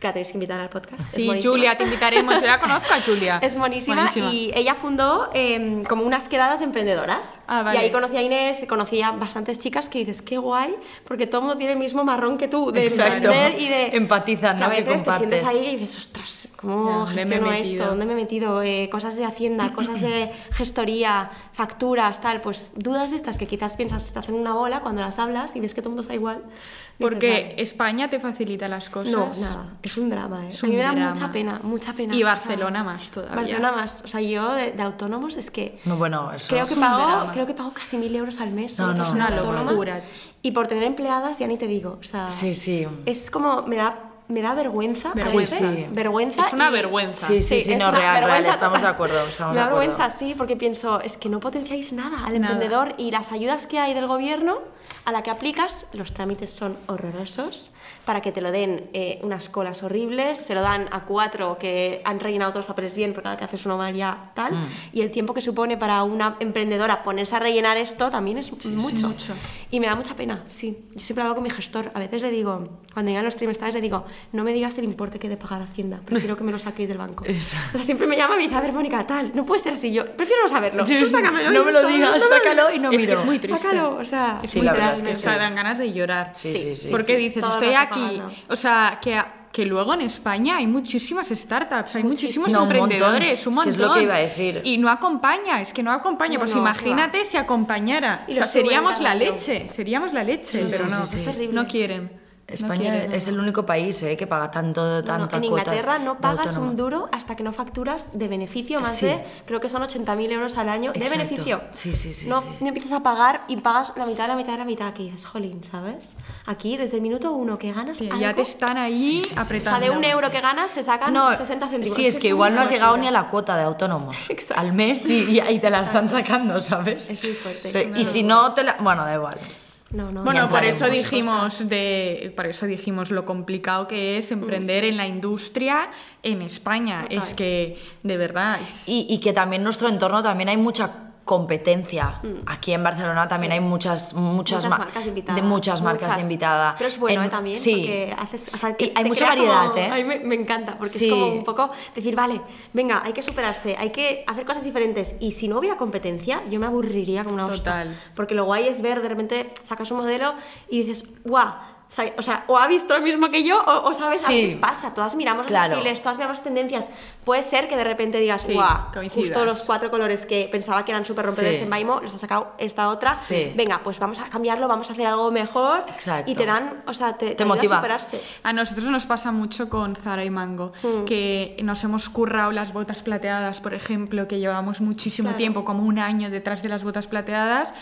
Speaker 3: que la tenéis que invitar al podcast. es
Speaker 1: Sí,
Speaker 3: buenísima.
Speaker 1: Julia, te invitaremos. Yo la conozco a Julia.
Speaker 3: Es buenísima, y ella fundó eh, como unas quedadas de emprendedoras.
Speaker 1: Ah, vale.
Speaker 3: Y ahí conocí a Inés, conocí a bastantes chicas que dices, qué guay, porque todo el mundo tiene el mismo marrón que tú, de
Speaker 2: Exacto.
Speaker 3: emprender y de...
Speaker 2: Empatizan,
Speaker 3: que a
Speaker 2: ¿no? Que
Speaker 3: veces te sientes
Speaker 2: compartes.
Speaker 3: ahí y dices, ostras, ¿cómo
Speaker 1: Ya, ¿dónde me he
Speaker 3: gestiono
Speaker 1: metido?
Speaker 3: esto? ¿Dónde me he metido? Eh, cosas de hacienda, cosas de gestoría, facturas, tal. Pues dudas de estas que quizás piensas, estás en una bola cuando las hablas y ves que todo el mundo está igual. dices,
Speaker 1: Porque
Speaker 3: "Vale".
Speaker 1: España te facilita las cosas.
Speaker 3: No, nada, es un drama, ¿eh?
Speaker 1: Es
Speaker 3: a mí
Speaker 1: un
Speaker 3: me da
Speaker 1: drama.
Speaker 3: mucha pena, mucha pena.
Speaker 1: Y
Speaker 3: o sea,
Speaker 1: Barcelona más todavía.
Speaker 3: Barcelona más, o sea, yo de, de autónomos es que
Speaker 2: No, bueno, eso
Speaker 3: creo
Speaker 2: es
Speaker 3: que,
Speaker 1: un
Speaker 3: pago,
Speaker 1: drama.
Speaker 3: creo que pago casi mil euros al mes.
Speaker 2: No,
Speaker 3: solo por
Speaker 2: no,
Speaker 3: ser
Speaker 2: no,
Speaker 3: autónoma.
Speaker 1: locura.
Speaker 3: Y por tener empleadas ya ni te digo, o sea,
Speaker 2: Sí, sí.
Speaker 3: es como, me da, me da vergüenza. a
Speaker 1: Vergüenza.
Speaker 3: veces,
Speaker 2: Sí, sí.
Speaker 3: vergüenza.
Speaker 1: Es una
Speaker 3: y-
Speaker 1: vergüenza.
Speaker 2: Sí, sí, sí,
Speaker 3: es
Speaker 2: no,
Speaker 3: una
Speaker 2: real, real,
Speaker 3: vergüenza
Speaker 2: estamos de
Speaker 3: total.
Speaker 2: acuerdo. Estamos
Speaker 3: me
Speaker 2: de
Speaker 3: da
Speaker 2: acuerdo.
Speaker 3: vergüenza, sí, porque pienso, es que no potenciáis nada al
Speaker 1: Nada.
Speaker 3: emprendedor y las ayudas que hay del gobierno a la que aplicas, los trámites son horrorosos, para que te lo den eh, unas colas horribles, se lo dan a cuatro que han rellenado otros papeles bien, pero cada que haces uno mal ya tal,
Speaker 2: Mm.
Speaker 3: y el tiempo que supone para una emprendedora ponerse a rellenar esto también es mucho.
Speaker 1: mucho.
Speaker 3: Y me da mucha pena, sí. Yo siempre hablo con mi gestor, a veces le digo, cuando llegan los trimestrales le digo, no me digas el importe que he de pagar a Hacienda, prefiero que me lo saquéis del banco.
Speaker 2: Exacto.
Speaker 3: O sea, siempre me llama y me dice, a ver, Mónica, tal, no puede ser así, yo prefiero no saberlo.
Speaker 1: Yo-
Speaker 3: Tú sácamelo.
Speaker 2: no me lo
Speaker 3: no
Speaker 2: digas,
Speaker 3: no me lo
Speaker 2: sácalo
Speaker 3: digas.
Speaker 2: y no
Speaker 1: Es que
Speaker 2: miro.
Speaker 1: es muy triste.
Speaker 3: Sácalo, o sea,
Speaker 1: Es
Speaker 2: Sí,
Speaker 1: muy
Speaker 2: la verdad
Speaker 1: triste,
Speaker 2: es que
Speaker 1: o sea,
Speaker 2: sí.
Speaker 1: dan ganas de llorar.
Speaker 2: Sí, sí, sí,
Speaker 1: Porque
Speaker 2: sí.
Speaker 1: dices,
Speaker 3: Todo el
Speaker 1: estoy
Speaker 3: rato
Speaker 1: aquí.
Speaker 3: pagando.
Speaker 1: O sea, que, que luego en España hay muchísimas startups, hay muchísimos
Speaker 2: No, un
Speaker 1: emprendedores, un
Speaker 2: montón.
Speaker 1: montón.
Speaker 2: Es que es lo que iba a decir.
Speaker 1: Y no acompaña, es que no acompaña.
Speaker 3: No,
Speaker 1: pues
Speaker 3: no,
Speaker 1: imagínate si acompañara.
Speaker 3: Y
Speaker 1: o sea,
Speaker 3: lo suben
Speaker 1: seríamos la
Speaker 3: cada uno.
Speaker 1: leche, seríamos la leche,
Speaker 2: Sí,
Speaker 1: pero
Speaker 2: sí,
Speaker 1: no,
Speaker 2: sí, sí.
Speaker 3: Es horrible.
Speaker 1: no quieren. No
Speaker 2: España
Speaker 1: quieren,
Speaker 2: es
Speaker 1: no.
Speaker 2: el único país eh, que paga tanto,
Speaker 3: No, no,
Speaker 2: tanta
Speaker 3: en
Speaker 2: cuota
Speaker 3: Inglaterra no
Speaker 2: de
Speaker 3: pagas
Speaker 2: autónomo.
Speaker 3: un duro hasta que no facturas de beneficio más
Speaker 2: Sí.
Speaker 3: de, creo que son 80.000 euros al año de
Speaker 2: Exacto.
Speaker 3: beneficio.
Speaker 2: Sí, sí, sí,
Speaker 3: No,
Speaker 2: sí.
Speaker 3: no empiezas a pagar y pagas la mitad, la mitad, la mitad, que dices, jolín, ¿sabes? Aquí, desde el minuto uno que ganas,
Speaker 1: Sí,
Speaker 3: algo,
Speaker 1: ya te están ahí
Speaker 2: Sí, sí, sí.
Speaker 3: o sea,
Speaker 1: apretando.
Speaker 3: de un euro que ganas te sacan
Speaker 2: No,
Speaker 3: 60 céntimos.
Speaker 2: Sí, es que igual
Speaker 3: una
Speaker 2: no has llegado ni
Speaker 3: locura.
Speaker 2: a la cuota de autónomos.
Speaker 3: Exacto.
Speaker 2: Al mes y, y ahí te la están sacando, ¿sabes?
Speaker 3: Es muy fuerte,
Speaker 2: Sí,
Speaker 3: es una
Speaker 2: y si no, te la... Bueno, da igual.
Speaker 3: No, no,
Speaker 1: Bueno,
Speaker 3: no.
Speaker 1: por eso
Speaker 2: hablaremos.
Speaker 1: dijimos de, por eso dijimos lo complicado que es emprender en la industria en España.
Speaker 3: Total.
Speaker 1: Es que de verdad.
Speaker 2: Y, y que también en nuestro entorno también hay mucha competencia. Aquí en Barcelona también hay muchas, muchas,
Speaker 3: Mm. Muchas
Speaker 2: ma-
Speaker 3: marcas de invitada.
Speaker 2: De muchas marcas de invitada.
Speaker 3: Pero es bueno
Speaker 2: En-
Speaker 3: ¿eh? también,
Speaker 2: Sí.
Speaker 3: porque haces. o sea, que
Speaker 2: Y
Speaker 3: te
Speaker 2: hay mucha
Speaker 3: crea como-
Speaker 2: variedad, ¿eh?
Speaker 3: A mí me, me encanta, porque
Speaker 2: Sí.
Speaker 3: es como un poco decir, vale, venga, hay que superarse, hay que hacer cosas diferentes. Y si no hubiera competencia, yo me aburriría como una hostia.
Speaker 1: Total.
Speaker 3: Porque lo guay es ver, de repente sacas un modelo y dices, guau. sabe- O sea, o ha visto lo mismo que yo, o, o sabes,
Speaker 2: Sí.
Speaker 3: a veces pasa, todas miramos
Speaker 2: Claro.
Speaker 3: los estilos, todas miramos tendencias. Puede ser que de repente digas,
Speaker 1: Sí,
Speaker 3: guau,
Speaker 1: coincidas.
Speaker 3: justo los cuatro colores que pensaba que eran súper rompedores
Speaker 2: Sí.
Speaker 3: en Baimo, los ha sacado esta otra.
Speaker 2: Sí.
Speaker 3: Venga, pues vamos a cambiarlo, vamos a hacer algo mejor.
Speaker 2: Exacto.
Speaker 3: Y te dan, o sea, te, te, ayuda
Speaker 2: motiva.
Speaker 3: a superarse.
Speaker 1: A nosotros nos pasa mucho con Zara y Mango,
Speaker 3: Hmm.
Speaker 1: que nos hemos currado las botas plateadas, por ejemplo, que llevamos muchísimo
Speaker 3: Claro.
Speaker 1: tiempo, como un año detrás de las botas plateadas.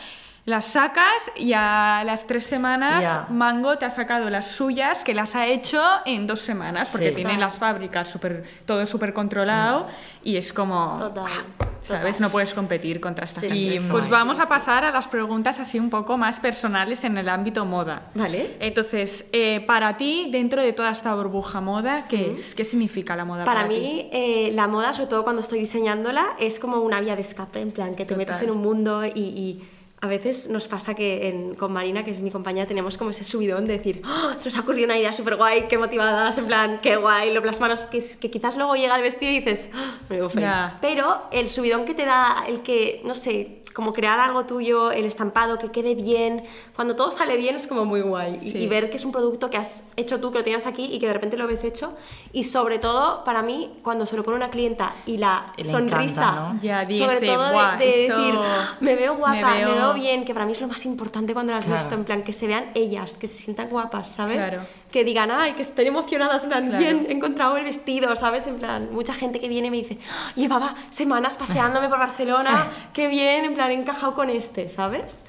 Speaker 1: Las sacas y a las tres semanas
Speaker 2: Ya.
Speaker 1: Mango te ha sacado las suyas, que las ha hecho en dos semanas, porque
Speaker 2: Sí.
Speaker 1: tienen
Speaker 3: Total. Mm.
Speaker 1: las fábricas super, todo súper controlado y es como...
Speaker 3: Total,
Speaker 1: ah, ¿Sabes?
Speaker 3: total.
Speaker 1: No puedes competir contra esta
Speaker 3: Sí,
Speaker 1: gente.
Speaker 2: sí,
Speaker 1: pues
Speaker 2: sí,
Speaker 1: vamos
Speaker 3: sí,
Speaker 1: a pasar a las preguntas así un poco más personales en el ámbito moda.
Speaker 3: Vale.
Speaker 1: Entonces, eh, para ti, dentro de toda esta burbuja moda, ¿qué, es? ¿Qué significa la moda?
Speaker 3: Para
Speaker 1: Para, ti?
Speaker 3: mí, eh, la moda, sobre todo cuando estoy diseñándola, es como una vía de escape, en plan, que te
Speaker 1: Total.
Speaker 3: metes en un mundo y, y a veces nos pasa que en- con Marina, que es mi compañera, tenemos como ese subidón de decir, "¡Ah! se nos ha ocurrido una idea súper guay, qué motivadas, en plan, qué guay, lo plasmaros, que, es- que quizás luego llega el vestido y dices, "¡Ah! me veo feo".
Speaker 1: Ya.
Speaker 3: Pero el subidón que te da, el que, no sé, como crear algo tuyo, el estampado, que quede bien, cuando todo sale bien es como muy guay. Y-
Speaker 1: Sí.
Speaker 3: y ver que es un producto que has hecho tú, que lo tenías aquí y que de repente lo ves hecho. Y sobre todo, para mí, cuando se lo pone una clienta y la
Speaker 2: Y le
Speaker 3: sonrisa,
Speaker 2: encanta, ¿no?
Speaker 1: Ya dice,
Speaker 3: sobre todo
Speaker 1: "Buah,
Speaker 3: de, de
Speaker 1: esto-
Speaker 3: decir, "Ah, me veo
Speaker 1: me
Speaker 3: guapa, me veo...
Speaker 1: veo-"
Speaker 3: bien, que para mí es lo más importante cuando las
Speaker 2: Claro.
Speaker 3: visto, en plan, que se vean ellas, que se sientan guapas, ¿sabes?
Speaker 1: Claro.
Speaker 3: Que digan, ay, que estén emocionadas, en plan,
Speaker 1: Claro.
Speaker 3: bien, he encontrado el vestido, ¿sabes? En plan, mucha gente que viene y me dice, "Ah, llevaba semanas paseándome por Barcelona, qué bien, en plan, he encajado con este, ¿sabes?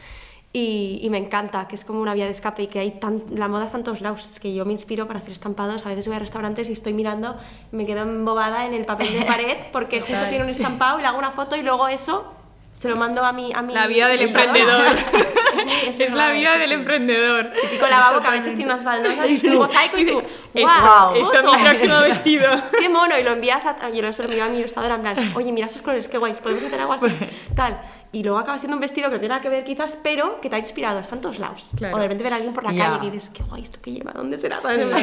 Speaker 3: Y, y me encanta, que es como una vía de escape y que hay tan, la moda está en todos lados. Es que yo me inspiro para hacer estampados. A veces voy a restaurantes y estoy mirando, me quedo embobada en el papel de pared porque justo
Speaker 1: Total.
Speaker 3: tiene un estampado y le hago una foto y luego eso se lo mando a mi. A mi
Speaker 1: La vida del
Speaker 3: ilustradora.
Speaker 1: emprendedor.
Speaker 3: Es muy-
Speaker 1: es
Speaker 3: muy
Speaker 1: la
Speaker 3: raro,
Speaker 1: vida
Speaker 3: sí,
Speaker 1: del
Speaker 3: sí.
Speaker 1: emprendedor.
Speaker 3: Típico lavabo que a veces tiene unas baldosas y tú, mosaico y tú,
Speaker 1: Es-
Speaker 3: ¡guau!
Speaker 1: esto es
Speaker 3: foto".
Speaker 1: mi próximo vestido.
Speaker 3: ¡Qué mono! Y lo envías a, yo lo se lo envío a mi ilustradora en plan, oye, mira esos colores, qué guays, podemos hacer algo así, tal. Y luego acaba siendo un vestido que no tiene nada que ver quizás, pero que te ha inspirado, está en todos lados.
Speaker 1: Claro.
Speaker 3: O de repente ver a alguien por la
Speaker 2: Ya.
Speaker 3: calle y dices, qué guay, ¿esto qué lleva? ¿Dónde será?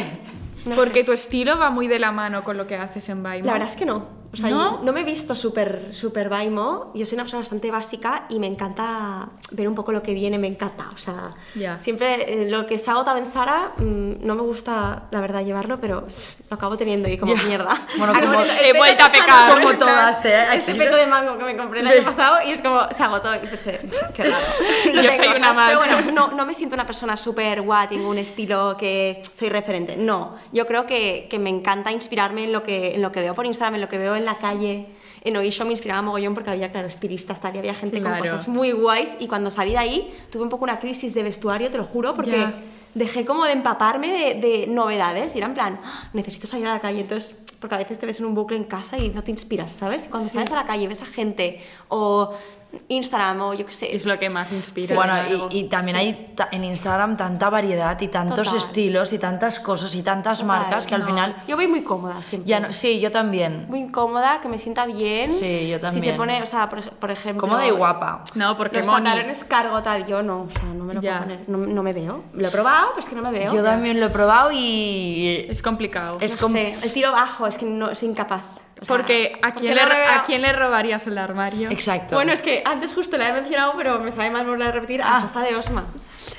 Speaker 3: No
Speaker 1: Porque
Speaker 3: sé.
Speaker 1: tu estilo va muy de la mano con lo que haces en Baimo.
Speaker 3: La verdad es que no. O sea,
Speaker 1: ¿No?
Speaker 3: yo no me he visto súper super Baimo. Yo soy una persona bastante básica y me encanta ver un poco lo que viene, me encanta. O sea,
Speaker 1: Ya.
Speaker 3: siempre eh, lo que se hago también en Zara, mm, no me gusta, la verdad, llevarlo, pero lo acabo teniendo y como
Speaker 2: Ya.
Speaker 3: mierda.
Speaker 2: Bueno,
Speaker 3: Acabo
Speaker 2: como-
Speaker 3: teniendo el
Speaker 1: he
Speaker 3: pelo
Speaker 1: vuelto a
Speaker 3: tejano,
Speaker 1: pecar.
Speaker 3: en
Speaker 2: Como
Speaker 3: plan,
Speaker 2: todas, ¿eh?
Speaker 3: Este peto de mango que me compré el año pasado y es como, se agotó y pensé, qué raro. Lo
Speaker 1: Yo
Speaker 3: tengo,
Speaker 1: soy una
Speaker 3: ¿sabes? Pero
Speaker 1: más.
Speaker 3: bueno, no, no me siento una persona súper guay, tengo un estilo que soy referente. No, yo creo que, que me encanta inspirarme en lo, que, en lo que veo por Instagram, en lo que veo en la calle. En Oisho me inspiraba mogollón porque había, claro, estilistas, tal, y había gente
Speaker 1: Claro.
Speaker 3: con cosas muy guays. Y cuando salí de ahí, tuve un poco una crisis de vestuario, te lo juro, porque
Speaker 1: Ya.
Speaker 3: dejé como de empaparme de, de novedades y era en plan, "Ah, necesito salir a la calle, entonces, porque a veces te ves en un bucle en casa y no te inspiras, ¿sabes? Y cuando sales a la calle ves a gente o Instagram o yo qué sé.
Speaker 1: Es lo que más inspira. de
Speaker 2: Bueno,
Speaker 1: algo.
Speaker 2: y, y también hay ta- en Instagram tanta variedad y tantos
Speaker 3: Total.
Speaker 2: estilos y tantas cosas y tantas marcas que al
Speaker 3: No,
Speaker 2: final
Speaker 3: Yo voy muy cómoda siempre.
Speaker 2: ya no. Sí, yo también.
Speaker 3: Muy cómoda, que me sienta bien.
Speaker 2: Sí, yo
Speaker 3: Si
Speaker 2: también.
Speaker 3: se pone, o sea, por, ej- por ejemplo.
Speaker 2: Cómoda y guapa.
Speaker 1: No, porque
Speaker 3: los
Speaker 1: Moni-
Speaker 3: pantalones cargo tal, yo no, o sea, no me lo
Speaker 1: Ya.
Speaker 3: puedo poner, no, no me veo. Lo he probado, pero es que no me veo.
Speaker 2: Yo también lo he probado y.
Speaker 1: es complicado.
Speaker 2: Es
Speaker 3: No
Speaker 2: como-
Speaker 3: sé, el tiro bajo, es que no, soy incapaz. O sea,
Speaker 1: porque ¿a
Speaker 3: porque
Speaker 1: quién,
Speaker 3: no
Speaker 1: le,
Speaker 3: me veo-
Speaker 1: ¿a quién le robarías el armario?
Speaker 2: Exacto.
Speaker 3: Bueno, es que antes justo la he mencionado, pero me sabe mal volver a repetir a
Speaker 2: Ah.
Speaker 3: Sasa de Osma.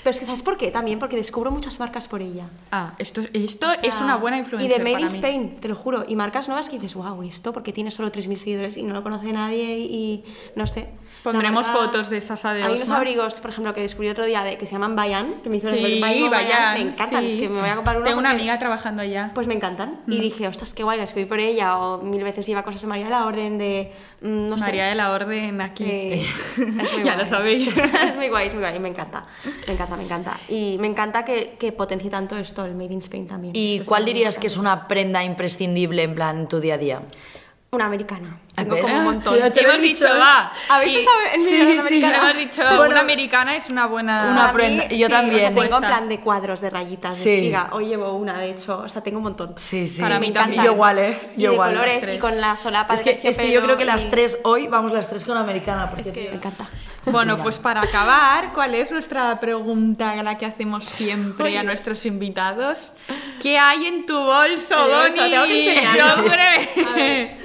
Speaker 3: Pero es que ¿sabes por qué? También porque descubro muchas marcas por ella.
Speaker 1: Ah, esto, esto
Speaker 3: O sea,
Speaker 1: es una buena influencia.
Speaker 3: Y de Made in Spain, te lo juro. Y marcas nuevas que dices, wow, esto porque tiene solo 3.000 seguidores y no lo conoce nadie y, y no sé. La
Speaker 1: Pondremos fotos de Sasa de
Speaker 3: Hay unos
Speaker 1: Osma.
Speaker 3: abrigos, por ejemplo, que descubrí otro día de, que se llaman Bayan, que me hizo
Speaker 1: Sí, vaya.
Speaker 3: Me encantan, es
Speaker 1: sí.
Speaker 3: que me voy a comprar uno.
Speaker 1: Tengo una
Speaker 3: porque-
Speaker 1: amiga Mm. trabajando allá.
Speaker 3: pues me encantan. Y dije, ostras, qué guay, la escribí por ella. O mil veces lleva cosas de María de la Orden, de. mm, No
Speaker 1: María
Speaker 3: sé.
Speaker 1: de la Orden aquí.
Speaker 3: Eh, es muy
Speaker 1: ya lo
Speaker 3: guay.
Speaker 1: sabéis.
Speaker 3: es muy guay, es muy guay, me encanta. Me encanta, me encanta. Y me encanta que, que potencie tanto esto, el Made in Spain también.
Speaker 2: ¿Y
Speaker 3: Esto está
Speaker 2: cuál
Speaker 3: muy
Speaker 2: dirías que
Speaker 3: bien.
Speaker 2: es una prenda imprescindible en plan en tu día a día?
Speaker 3: Una americana.
Speaker 2: Ah,
Speaker 3: Tengo
Speaker 2: ¿ves?
Speaker 3: como un montón.
Speaker 2: Ya te lo he
Speaker 1: hemos dicho,
Speaker 2: dicho, ¿eh?
Speaker 1: va.
Speaker 3: Habéis
Speaker 1: Y-
Speaker 3: pensado en mi
Speaker 1: sí,
Speaker 3: idea de
Speaker 1: sí,
Speaker 3: americana.
Speaker 1: Hemos dicho,
Speaker 2: Bueno,
Speaker 1: una americana es una buena.
Speaker 2: una
Speaker 3: Para mí,
Speaker 2: prenda- yo
Speaker 3: sí,
Speaker 2: también.
Speaker 3: o sea, tengo en
Speaker 1: Puesta.
Speaker 3: plan de cuadros, de rayitas,
Speaker 2: Sí.
Speaker 3: de espiga. Hoy llevo una, de hecho. O sea, tengo un montón.
Speaker 2: Sí, sí.
Speaker 1: Para mí
Speaker 3: Me encanta.
Speaker 1: también. Yo
Speaker 2: igual, ¿eh?
Speaker 3: Y
Speaker 2: Yo
Speaker 3: de
Speaker 2: igual, las
Speaker 3: colores y
Speaker 1: tres.
Speaker 3: con la solapa
Speaker 2: Es
Speaker 3: de
Speaker 2: que, es que yo
Speaker 3: terciopelo
Speaker 2: creo que
Speaker 3: y-
Speaker 2: las tres, hoy vamos las tres con americana. Porque
Speaker 3: Es que me encanta.
Speaker 1: Bueno,
Speaker 2: Mira.
Speaker 1: pues para acabar, ¿cuál es nuestra pregunta la que hacemos siempre a nuestros invitados? ¿Qué hay en tu bolso,
Speaker 3: Eso,
Speaker 1: Doni?
Speaker 3: tengo que enseñarlo. A
Speaker 1: ¡Hombre!
Speaker 3: ver.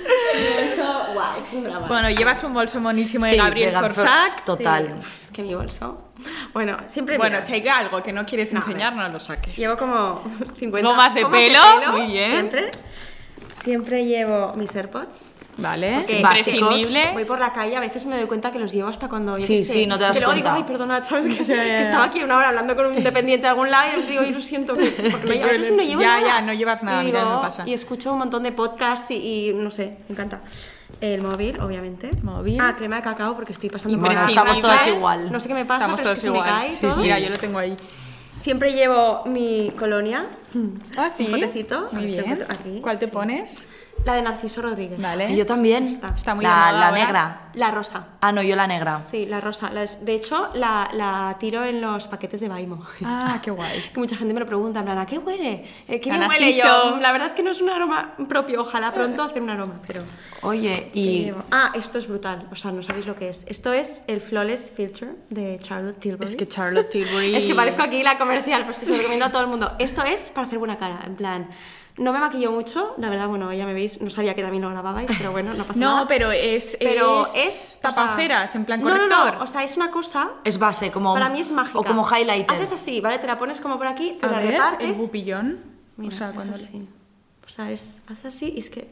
Speaker 3: Eso, guau, es un drama.
Speaker 1: Bueno, llevas un bolso monísimo de
Speaker 2: Sí,
Speaker 1: Gabriel
Speaker 2: de Gab-
Speaker 1: Forsak.
Speaker 2: Total.
Speaker 3: Sí, es que mi bolso. Bueno, siempre.
Speaker 1: Bueno,
Speaker 3: mira,
Speaker 1: si hay algo que no quieres
Speaker 3: No,
Speaker 1: enseñar, no lo saques.
Speaker 3: Llevo como 50.
Speaker 1: Gomas de
Speaker 3: gomas
Speaker 1: pelo, muy bien.
Speaker 3: Siempre. Siempre llevo mis AirPods.
Speaker 1: Vale,
Speaker 3: Ok.
Speaker 1: imprescindible.
Speaker 3: Voy por la calle, a veces me doy cuenta que los llevo hasta cuando. yo
Speaker 2: Sí,
Speaker 3: qué sé,
Speaker 2: sí, no te das
Speaker 3: que luego
Speaker 2: cuenta.
Speaker 3: digo, ay, perdona, ¿sabes? Que,
Speaker 1: Ya, ya, ya.
Speaker 3: que estaba aquí una hora hablando con un independiente de algún lado y les digo, ay, lo siento, que- porque no, a veces no llevo
Speaker 1: Ya,
Speaker 3: nada.
Speaker 1: ya, no llevas nada,
Speaker 3: y
Speaker 1: mira,
Speaker 3: digo-
Speaker 1: me pasa.
Speaker 3: Y escucho un montón de podcasts y, y no sé, me encanta. El móvil, obviamente.
Speaker 1: Móvil.
Speaker 3: Ah, crema de cacao porque estoy pasando
Speaker 2: Bueno,
Speaker 3: por
Speaker 2: estamos
Speaker 3: crisis,
Speaker 2: todas
Speaker 3: ¿eh?
Speaker 2: igual.
Speaker 3: No sé qué me pasa,
Speaker 1: Estamos
Speaker 3: pero
Speaker 1: todos
Speaker 3: es que
Speaker 1: igual.
Speaker 3: se me cae y
Speaker 1: Sí,
Speaker 3: todo.
Speaker 1: sí, mira, yo lo tengo ahí.
Speaker 3: Siempre llevo mi colonia.
Speaker 1: Ah, sí.
Speaker 3: Un potecito.
Speaker 1: Muy
Speaker 3: A ver si lo
Speaker 1: bien.
Speaker 3: encuentro aquí,
Speaker 1: ¿Cuál te
Speaker 3: sí.
Speaker 1: pones?
Speaker 3: La de Narciso Rodríguez.
Speaker 1: Vale.
Speaker 2: Yo también.
Speaker 3: Está-
Speaker 1: está muy de
Speaker 2: ¿Eh? la,
Speaker 1: moda
Speaker 2: la
Speaker 1: ahora.
Speaker 2: negra.
Speaker 3: La rosa.
Speaker 2: Ah, no, yo la negra.
Speaker 3: Sí, la rosa. La es- de hecho, la, la tiro en los paquetes de Baimo.
Speaker 1: Ah, qué guay.
Speaker 3: Que mucha gente me lo pregunta, en plan, ¿a qué huele? Eh, ¿Qué
Speaker 1: A
Speaker 3: me huele
Speaker 1: narciso.
Speaker 3: yo? La verdad es que no es un aroma propio,
Speaker 1: Eh.
Speaker 3: ojalá pronto hacer un aroma, pero...
Speaker 2: Oye, y
Speaker 3: Eh, ah, esto es brutal, o sea, no sabéis lo que es. Esto es el Flawless Filter de Charlotte Tilbury.
Speaker 1: Es que Charlotte Tilbury.
Speaker 3: Es que parezco aquí la comercial, pues que se lo recomiendo a todo el mundo. Esto es para hacer buena cara, en plan. No me maquillo mucho, la verdad, bueno, ya me veis, no sabía que también lo grababais, pero bueno, no pasa nada.
Speaker 1: No, pero es.
Speaker 3: pero
Speaker 1: es.
Speaker 3: es. o sea,
Speaker 1: tapaceras, en plan
Speaker 3: no, no,
Speaker 1: corrector.
Speaker 3: no, o sea, es una cosa.
Speaker 2: es base, como.
Speaker 3: Para mí es mágica.
Speaker 2: O como highlighter.
Speaker 3: Haces así, ¿vale? Te la pones como por aquí, te
Speaker 1: A
Speaker 3: la
Speaker 1: ver, el
Speaker 3: repartes.
Speaker 1: bupillón.
Speaker 3: Mira,
Speaker 1: o sea,
Speaker 3: es
Speaker 1: cuando.
Speaker 3: así. O sea, es. Haces así y es que.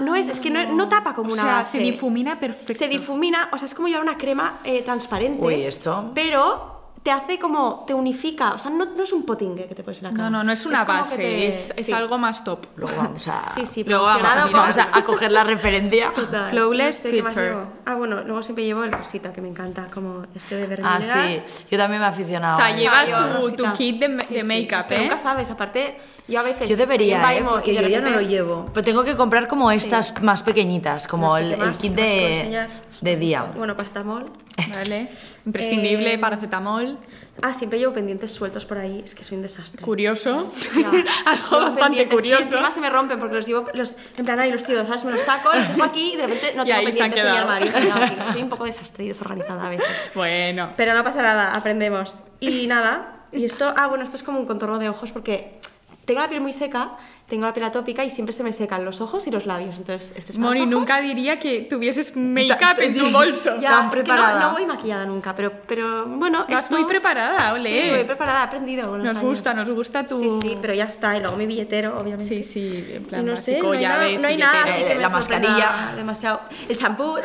Speaker 3: No es, es que no, no tapa como
Speaker 1: Ah. o
Speaker 3: una
Speaker 1: sea, se
Speaker 3: base.
Speaker 1: difumina perfecto.
Speaker 3: Se difumina, o sea, es como llevar una crema eh, transparente.
Speaker 2: Uy, esto.
Speaker 3: Pero te hace como, te unifica, o sea, no, no es un potingue que te pones en la cara.
Speaker 1: No, no, no es una
Speaker 3: como que
Speaker 1: base,
Speaker 3: te-
Speaker 1: es, es
Speaker 3: sí.
Speaker 1: algo más top.
Speaker 2: Luego vamos a.
Speaker 3: Sí, sí,
Speaker 1: Luego vamos a
Speaker 3: promocionado
Speaker 2: Vamos,
Speaker 1: mirar.
Speaker 3: por-
Speaker 2: vamos a, a coger la referencia.
Speaker 3: Total,
Speaker 1: Flawless
Speaker 3: sé qué más
Speaker 1: filter.
Speaker 3: llevo. Ah, bueno, luego siempre llevo el rosita que me encanta, como este de
Speaker 2: Ah,
Speaker 3: vermeleras.
Speaker 2: sí. Yo también me he aficionado.
Speaker 1: O sea,
Speaker 2: a eso.
Speaker 1: llevas
Speaker 3: Yo,
Speaker 1: tu-
Speaker 3: rosita.
Speaker 1: tu kit de me- de make-up,
Speaker 3: es que
Speaker 1: ¿eh?
Speaker 3: Nunca sabes, aparte, yo a veces.
Speaker 2: Yo debería,
Speaker 3: estoy
Speaker 2: ¿eh?
Speaker 3: en Vimo
Speaker 2: porque
Speaker 3: y de
Speaker 2: yo ya no lo
Speaker 3: repente-
Speaker 2: llevo. Pero tengo que comprar como estas más pequeñitas, como
Speaker 3: No sé
Speaker 2: el,
Speaker 3: qué
Speaker 2: el
Speaker 3: más,
Speaker 2: kit
Speaker 3: ¿qué más puedo
Speaker 2: de,
Speaker 3: enseñar?
Speaker 2: de día.
Speaker 3: Bueno, pastamol.
Speaker 1: Vale. Imprescindible,
Speaker 3: Eh,
Speaker 1: paracetamol.
Speaker 3: Ah, siempre llevo pendientes sueltos por ahí, es que soy un desastre.
Speaker 1: Curioso.
Speaker 3: Ya.
Speaker 1: algo
Speaker 3: Los
Speaker 1: bastante
Speaker 3: pendientes, Y
Speaker 1: curioso.
Speaker 3: encima se me rompen porque los llevo, los, en plan, ahí los tío, ¿sabes? Me los saco, los dejo aquí y de repente no
Speaker 1: Y
Speaker 3: tengo
Speaker 1: ahí se han
Speaker 3: pendientes en mi
Speaker 1: quedado.
Speaker 3: armario. se han quedado aquí. Soy un poco desastre y desorganizada a veces.
Speaker 1: Bueno.
Speaker 3: Pero no pasa nada, aprendemos. Y nada, y esto, ah, bueno, esto es como un contorno de ojos porque tengo la piel muy seca, tengo la piel atópica y siempre se me secan los ojos y los labios. Entonces, este es para los
Speaker 1: Moni,
Speaker 3: ojos.
Speaker 1: nunca diría que tuvieses make-up en tu bolso.
Speaker 3: Ya,
Speaker 2: Tan
Speaker 3: es que no-
Speaker 2: preparada.
Speaker 3: no, voy maquillada nunca, pero, pero bueno.
Speaker 1: Vas
Speaker 3: esto-
Speaker 1: muy preparada, ole.
Speaker 3: Sí, voy preparada, he aprendido. con los
Speaker 1: Nos
Speaker 3: años.
Speaker 1: gusta, nos gusta tu-
Speaker 3: Sí, sí, pero ya está. Y luego mi billetero,
Speaker 1: Sí,
Speaker 3: obviamente.
Speaker 1: sí, en
Speaker 3: Y
Speaker 1: plan
Speaker 3: no sé,
Speaker 1: básico,
Speaker 3: no hay nada-
Speaker 1: llaves,
Speaker 3: no hay nada,
Speaker 1: billetera.
Speaker 3: así que
Speaker 2: Eh,
Speaker 3: me
Speaker 2: la
Speaker 3: sorprenda
Speaker 2: mascarilla.
Speaker 3: Demasiado. El champú.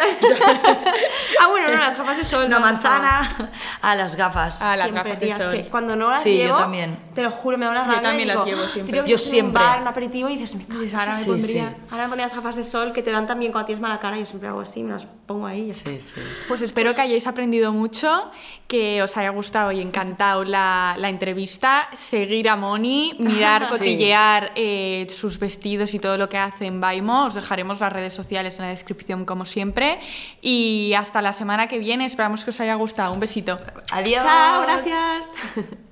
Speaker 3: ah, bueno, no, las gafas de sol.
Speaker 2: Una
Speaker 3: no,
Speaker 2: manzana a las gafas.
Speaker 1: Ah, las
Speaker 3: Siempre,
Speaker 1: gafas de
Speaker 3: tía, es
Speaker 1: sol.
Speaker 3: que cuando no las
Speaker 2: Sí, yo
Speaker 3: llevo,
Speaker 2: también.
Speaker 3: te lo juro, me da una
Speaker 1: Yo
Speaker 3: rabia. y
Speaker 1: también las
Speaker 3: digo,
Speaker 1: llevo siempre.
Speaker 3: "Tío, que
Speaker 2: Yo
Speaker 3: estás en un
Speaker 2: siempre.
Speaker 3: bar, una aperitivo y dices, me cago en
Speaker 1: Dices, ahora me
Speaker 2: Sí,
Speaker 1: pondría.
Speaker 2: sí.
Speaker 3: Ahora me ponía las gafas de sol que te dan también cuando tienes mala cara, yo siempre hago así, me las pongo ahí. y ya está.
Speaker 2: Sí, sí.
Speaker 1: Pues espero que hayáis aprendido mucho, que os haya gustado y encantado la, la entrevista. Seguir a Moni, mirar,
Speaker 2: Sí.
Speaker 1: cotillear eh, sus vestidos y todo lo que hace en Baimo. Os dejaremos las redes sociales en la descripción, como siempre. Y hasta la semana que viene. Esperamos que os haya gustado. Un besito.
Speaker 2: Adiós.
Speaker 3: Chao, gracias.